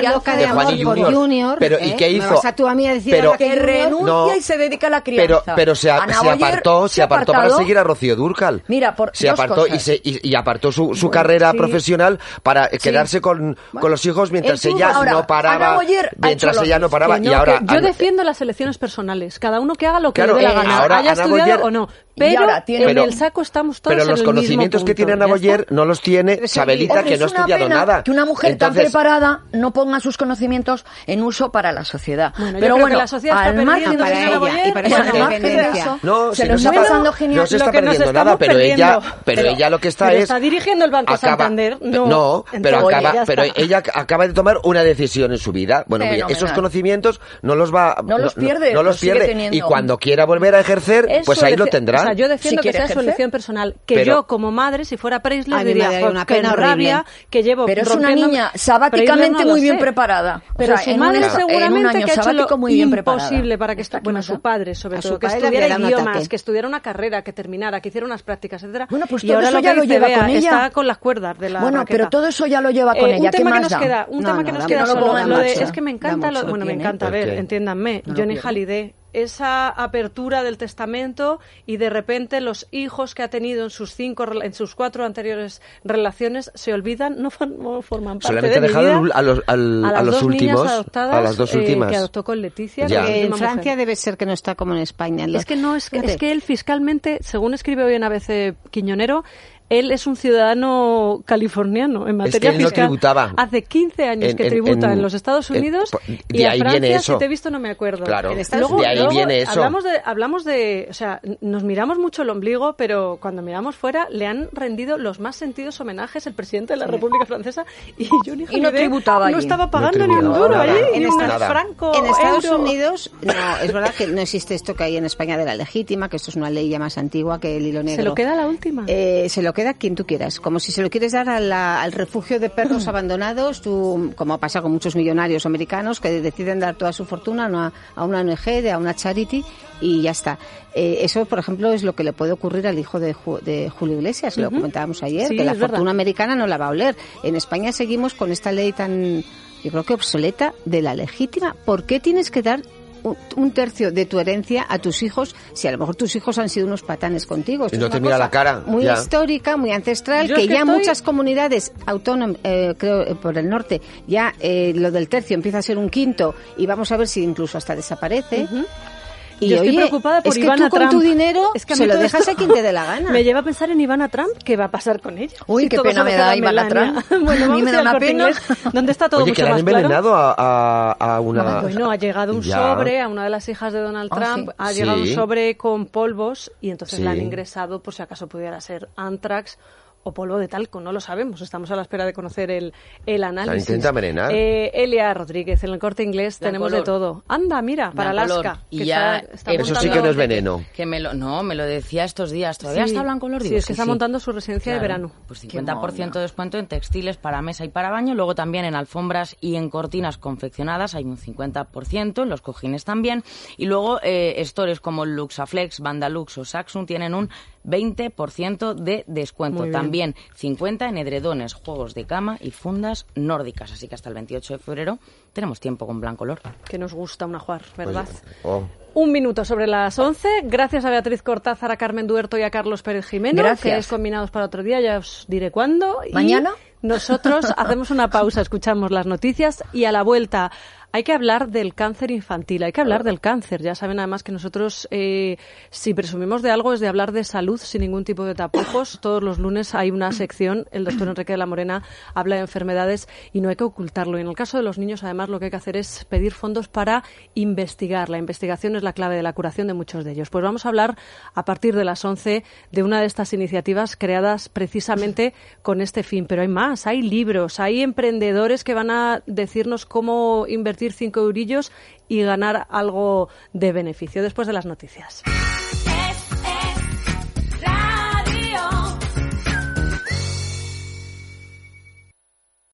G: la loca de amor por Junior,
F: Pero,
G: ¿eh?
F: ¿y qué
G: ¿Me
F: hizo?
G: vas a tú a mí a decir
F: pero,
G: ahora
E: que renuncia
F: No.
E: y se dedica a la crianza.
F: Pero, pero se, a-
E: Ana
F: se
E: Boyer
F: apartó, se,
E: ha
F: apartó para
E: apartado.
F: seguir a Rocío Durcal.
E: Mira, por
F: se
E: dos
F: apartó y
E: cosas.
F: se y, y apartó su, su carrera profesional para eh, quedarse con, con los hijos mientras
G: Él tuvo-
F: ella
E: ahora,
F: no paraba,
E: Ana Boyer ha
F: mientras
E: hecho lo
F: ella no
E: mismo.
F: paraba
D: Que
F: y
D: no,
F: ahora
D: que yo
F: Ana-
D: defiendo las elecciones personales. Cada uno que haga lo que
F: Claro,
D: le dé la
F: eh,
D: gana.
F: ahora
D: haya
F: Ana
D: estudiado
F: Boyer-
D: o no. pero
E: ahora tiene-
D: en
F: Pero-
D: el saco estamos todos
F: Pero
D: en
F: los
D: el mismo
F: conocimientos que
D: punto,
F: tiene Ana
D: ya está.
F: Boyer no los tiene Chabelita,
E: Hombre,
F: que no ha
E: es una
F: estudiado
E: pena
F: nada.
E: Que una mujer tan
F: Entonces,
E: preparada no ponga sus conocimientos en uso para la sociedad.
D: Bueno, yo
E: pero
D: creo que
E: bueno,
D: la sociedad está
E: al
D: perdiendo,
E: margen
G: señora
E: de ello,
G: Boyer, y para esa
E: al margen de
G: independencia.
E: eso,
F: No,
E: se
F: si
E: nos
F: no
E: está
F: está-
E: pasando genial.
F: no se está
D: Lo que nos
F: perdiendo nada,
D: estamos
F: pero ella,
D: perdiendo.
F: pero,
D: Pero-
F: ella lo que está
D: pero
F: es
D: está dirigiendo el Banco Santander, no.
F: pero
D: Entonces,
F: acaba,
D: oye, ya
F: pero
D: está.
F: ella ac- acaba de tomar una decisión en su vida. Bueno, mira,
E: Fenomenal.
F: esos conocimientos no los va,
E: No los pierde,
F: no, los
E: los sigue
F: pierde.
E: teniendo.
F: Y cuando quiera volver a ejercer,
D: Es
F: pues
D: su
F: ahí lo
D: elección-
F: tendrá.
D: O sea, yo defiendo
E: Si
D: que
E: quiere
D: sea su
E: ejercer.
D: elección personal. Que
F: Pero-
D: yo, como madre, si fuera Preisler,
G: Ay, mi
D: diría,
G: madre,
D: "Jo,
G: una
D: qué
G: pena horrible".
D: rabia que llevo
E: Pero es una
D: rompiéndome".
E: niña
D: Preisler
E: sabáticamente
D: no lo
E: muy bien
D: sé.
E: preparada. O
D: Pero
E: sea,
D: su
E: en un
D: madre
E: año- en un
D: seguramente
E: año
D: que ha hecho
E: sabático
D: lo
E: muy bien preparada.
D: imposible para que
E: Está
D: estu- bueno,
E: claro.
D: su padre, sobre
G: A su
D: todo, que
G: padre le
D: estudiara
G: había dado un
D: idiomas,
G: ataque.
D: que estudiara una carrera, que terminara, que hiciera unas prácticas, etcétera.
E: Bueno, pues
D: y
E: todo
D: ahora
E: eso
D: lo que
E: ya lo
D: dice
E: lleva
D: Bea,
E: con ella.
D: Está con las cuerdas de la
E: Bueno,
D: raqueta.
E: pero todo eso ya lo lleva con
D: Eh,
E: ella,
D: Un
E: ¿qué
D: tema que
E: más
D: nos
E: da?
D: queda, un
G: No,
D: tema
G: no,
D: que nos
G: da
D: queda
E: mucho,
D: solo,
E: da
D: lo de-
E: mucho.
D: es que me
G: Da
D: encanta, lo-
G: mucho,
D: bueno, me
E: tiene.
D: encanta, a
F: ¿Por
D: ver,
F: qué?
D: entiéndanme,
E: No lo
D: Johnny
E: pierde.
D: Hallyday, esa apertura del testamento y de repente los hijos que ha tenido en sus cinco, rela- en sus cuatro anteriores relaciones se olvidan, no, for- no forman parte
F: Solamente
D: de mi
F: dejado
D: vida.
F: al- a los- al-
D: a
F: a
D: las
F: los
D: dos niñas
F: últimos,
D: adoptadas,
F: a las dos
D: eh,
F: últimas.
D: que adoptó con Leticia,
F: Ya.
D: la
G: Que en
D: última
G: Francia
D: mujer.
G: debe ser que no está como en España.
D: Es que no, es que, es
G: Fíjate.
D: que él fiscalmente, según escribe hoy en ABC Quiñonero, él es un ciudadano californiano en materia
F: él no
D: fiscal.
F: tributaba.
D: Hace 15 años
F: En-
D: que
F: en-
D: tributa en,
F: en-
D: los Estados
F: en-
D: Unidos
F: por-
D: y
F: de
D: a
F: ahí
D: Francia,
F: viene eso.
D: si te he visto, no me acuerdo.
F: Claro,
G: En Estados
D: luego,
G: de ahí
D: luego
F: viene eso.
D: Hablamos de, hablamos de, o sea, n- nos miramos mucho el ombligo, pero cuando miramos fuera le han rendido los más sentidos homenajes el presidente de la República Francesa y Johnny
E: Y no
D: Hallyday
E: tributaba
D: no
E: allí.
D: estaba
E: No
D: pagando ni un
F: tributaba
D: duro
F: nada.
D: allí,
G: En
D: ni un
G: Estados-
D: franco.
G: En Estados
D: euro.
G: Unidos, no, es verdad que no existe esto que hay en España de la legítima, que esto es una ley ya más antigua que el hilo negro.
D: Se lo queda la última.
G: Eh, se lo queda quien tú quieras. Como si se lo quieres dar a la- al refugio de
D: Mm.
G: perros abandonados, tú, como pasa con muchos millonarios americanos que deciden dar toda su fortuna a una, a una ONG, de- a una charity y ya está. Eh, eso, por ejemplo, es lo que le puede ocurrir al hijo de, Ju- de Julio Iglesias, lo comentábamos ayer,
D: Sí,
G: que la
D: es verdad.
G: fortuna americana no la va a oler. En España seguimos con esta ley tan, yo creo que obsoleta, de la legítima. ¿Por qué tienes que dar un- un tercio de tu herencia a tus hijos si a lo mejor tus hijos han sido unos patanes contigo. Esto
F: Y no
G: es
F: te
G: una
F: mira
G: cosa
F: la cara,
G: Muy
F: ya.
G: histórica, muy ancestral,
D: Yo es
G: que,
D: que
G: ya
D: estoy-
G: muchas comunidades autónomas, creo, eh, por el norte, ya eh, lo del tercio empieza a ser un quinto y vamos a ver si incluso hasta desaparece. Y
D: Yo estoy
G: oye,
D: preocupada por
G: es que
D: Ivana
G: tú con
D: Trump.
G: tu dinero
D: Es que a
G: se
D: mí
G: lo
D: todo
G: dejas
D: esto
G: a quien te dé la gana.
D: Me lleva a pensar en Ivana Trump, ¿qué va a pasar con ella?
E: Uy,
D: Si
E: qué
D: todo
E: pena
D: se lo
E: me
D: queda
E: da Ivana
D: Melania.
E: Trump.
D: bueno,
E: A mí
D: vamos
E: me
D: ir
E: da
D: al
E: una
D: Corte
E: pena.
D: Inglés, donde está todo
F: Oye,
D: mucho
F: que la
D: más
F: han
D: claro.
F: envenenado a, a- a una...
D: Bueno, pues ha llegado un
F: Ya.
D: sobre a una de las hijas de Donald
E: Ah,
D: Trump,
E: sí.
D: ha llegado un
F: Sí.
D: sobre con polvos y entonces la han
F: Sí.
D: ingresado por si acaso pudiera ser antrax o polvo de talco, no lo sabemos, estamos a la espera de conocer el, el análisis.
F: intenta envenenar.
D: Eh, Elia Rodríguez, en el corte inglés
I: Da
D: tenemos
I: color.
D: de todo. Anda, mira, para
I: Da color.
D: Alaska.
I: Y
D: que
I: ya,
D: está- está
I: eh,
F: Eso sí
D: montando-
F: que no es veneno.
I: Que me lo, no, me lo decía estos días. Todavía
D: Sí.
I: está blanco color.
D: Sí,
I: Digo,
D: es que está montando su residencia de verano.
I: Pues
E: Qué
I: 50%
E: mona.
I: de descuento en textiles para mesa y para baño. Luego también en alfombras y en cortinas confeccionadas hay un 50%. En los cojines también. Y luego eh, stores como Luxaflex, Bandalux o Saxon tienen un 20% de descuento.
D: Muy bien.
I: También 50 en edredones, juegos de cama y fundas nórdicas. Así que hasta el 28 de febrero tenemos tiempo con blanco color.
D: que nos gusta una jugar, ¿verdad?
F: Oh.
D: Un minuto sobre las 11. Gracias a Beatriz Cortázar, a Carmen Duerto y a Carlos Pérez Jimeno,
E: Gracias.
D: que es combinados para otro día, ya os diré cuándo. Y
E: ¿Mañana?
D: nosotros hacemos una pausa, escuchamos las noticias y a la vuelta hay que hablar del cáncer infantil, hay que hablar del cáncer. Ya saben además que nosotros, eh, si presumimos de algo, es de hablar de salud sin ningún tipo de tapujos. Todos los lunes hay una sección, el doctor Enrique de la Morena habla de enfermedades y no hay que ocultarlo. Y en el caso de los niños, además, lo que hay que hacer es pedir fondos para investigar. La investigación es la clave de la curación de muchos de ellos. Pues vamos a hablar a partir de las 11 de una de estas iniciativas creadas precisamente con este fin. Pero hay más, hay libros, hay emprendedores que van a decirnos cómo invertir cinco eurillos y ganar algo de beneficio después de las noticias.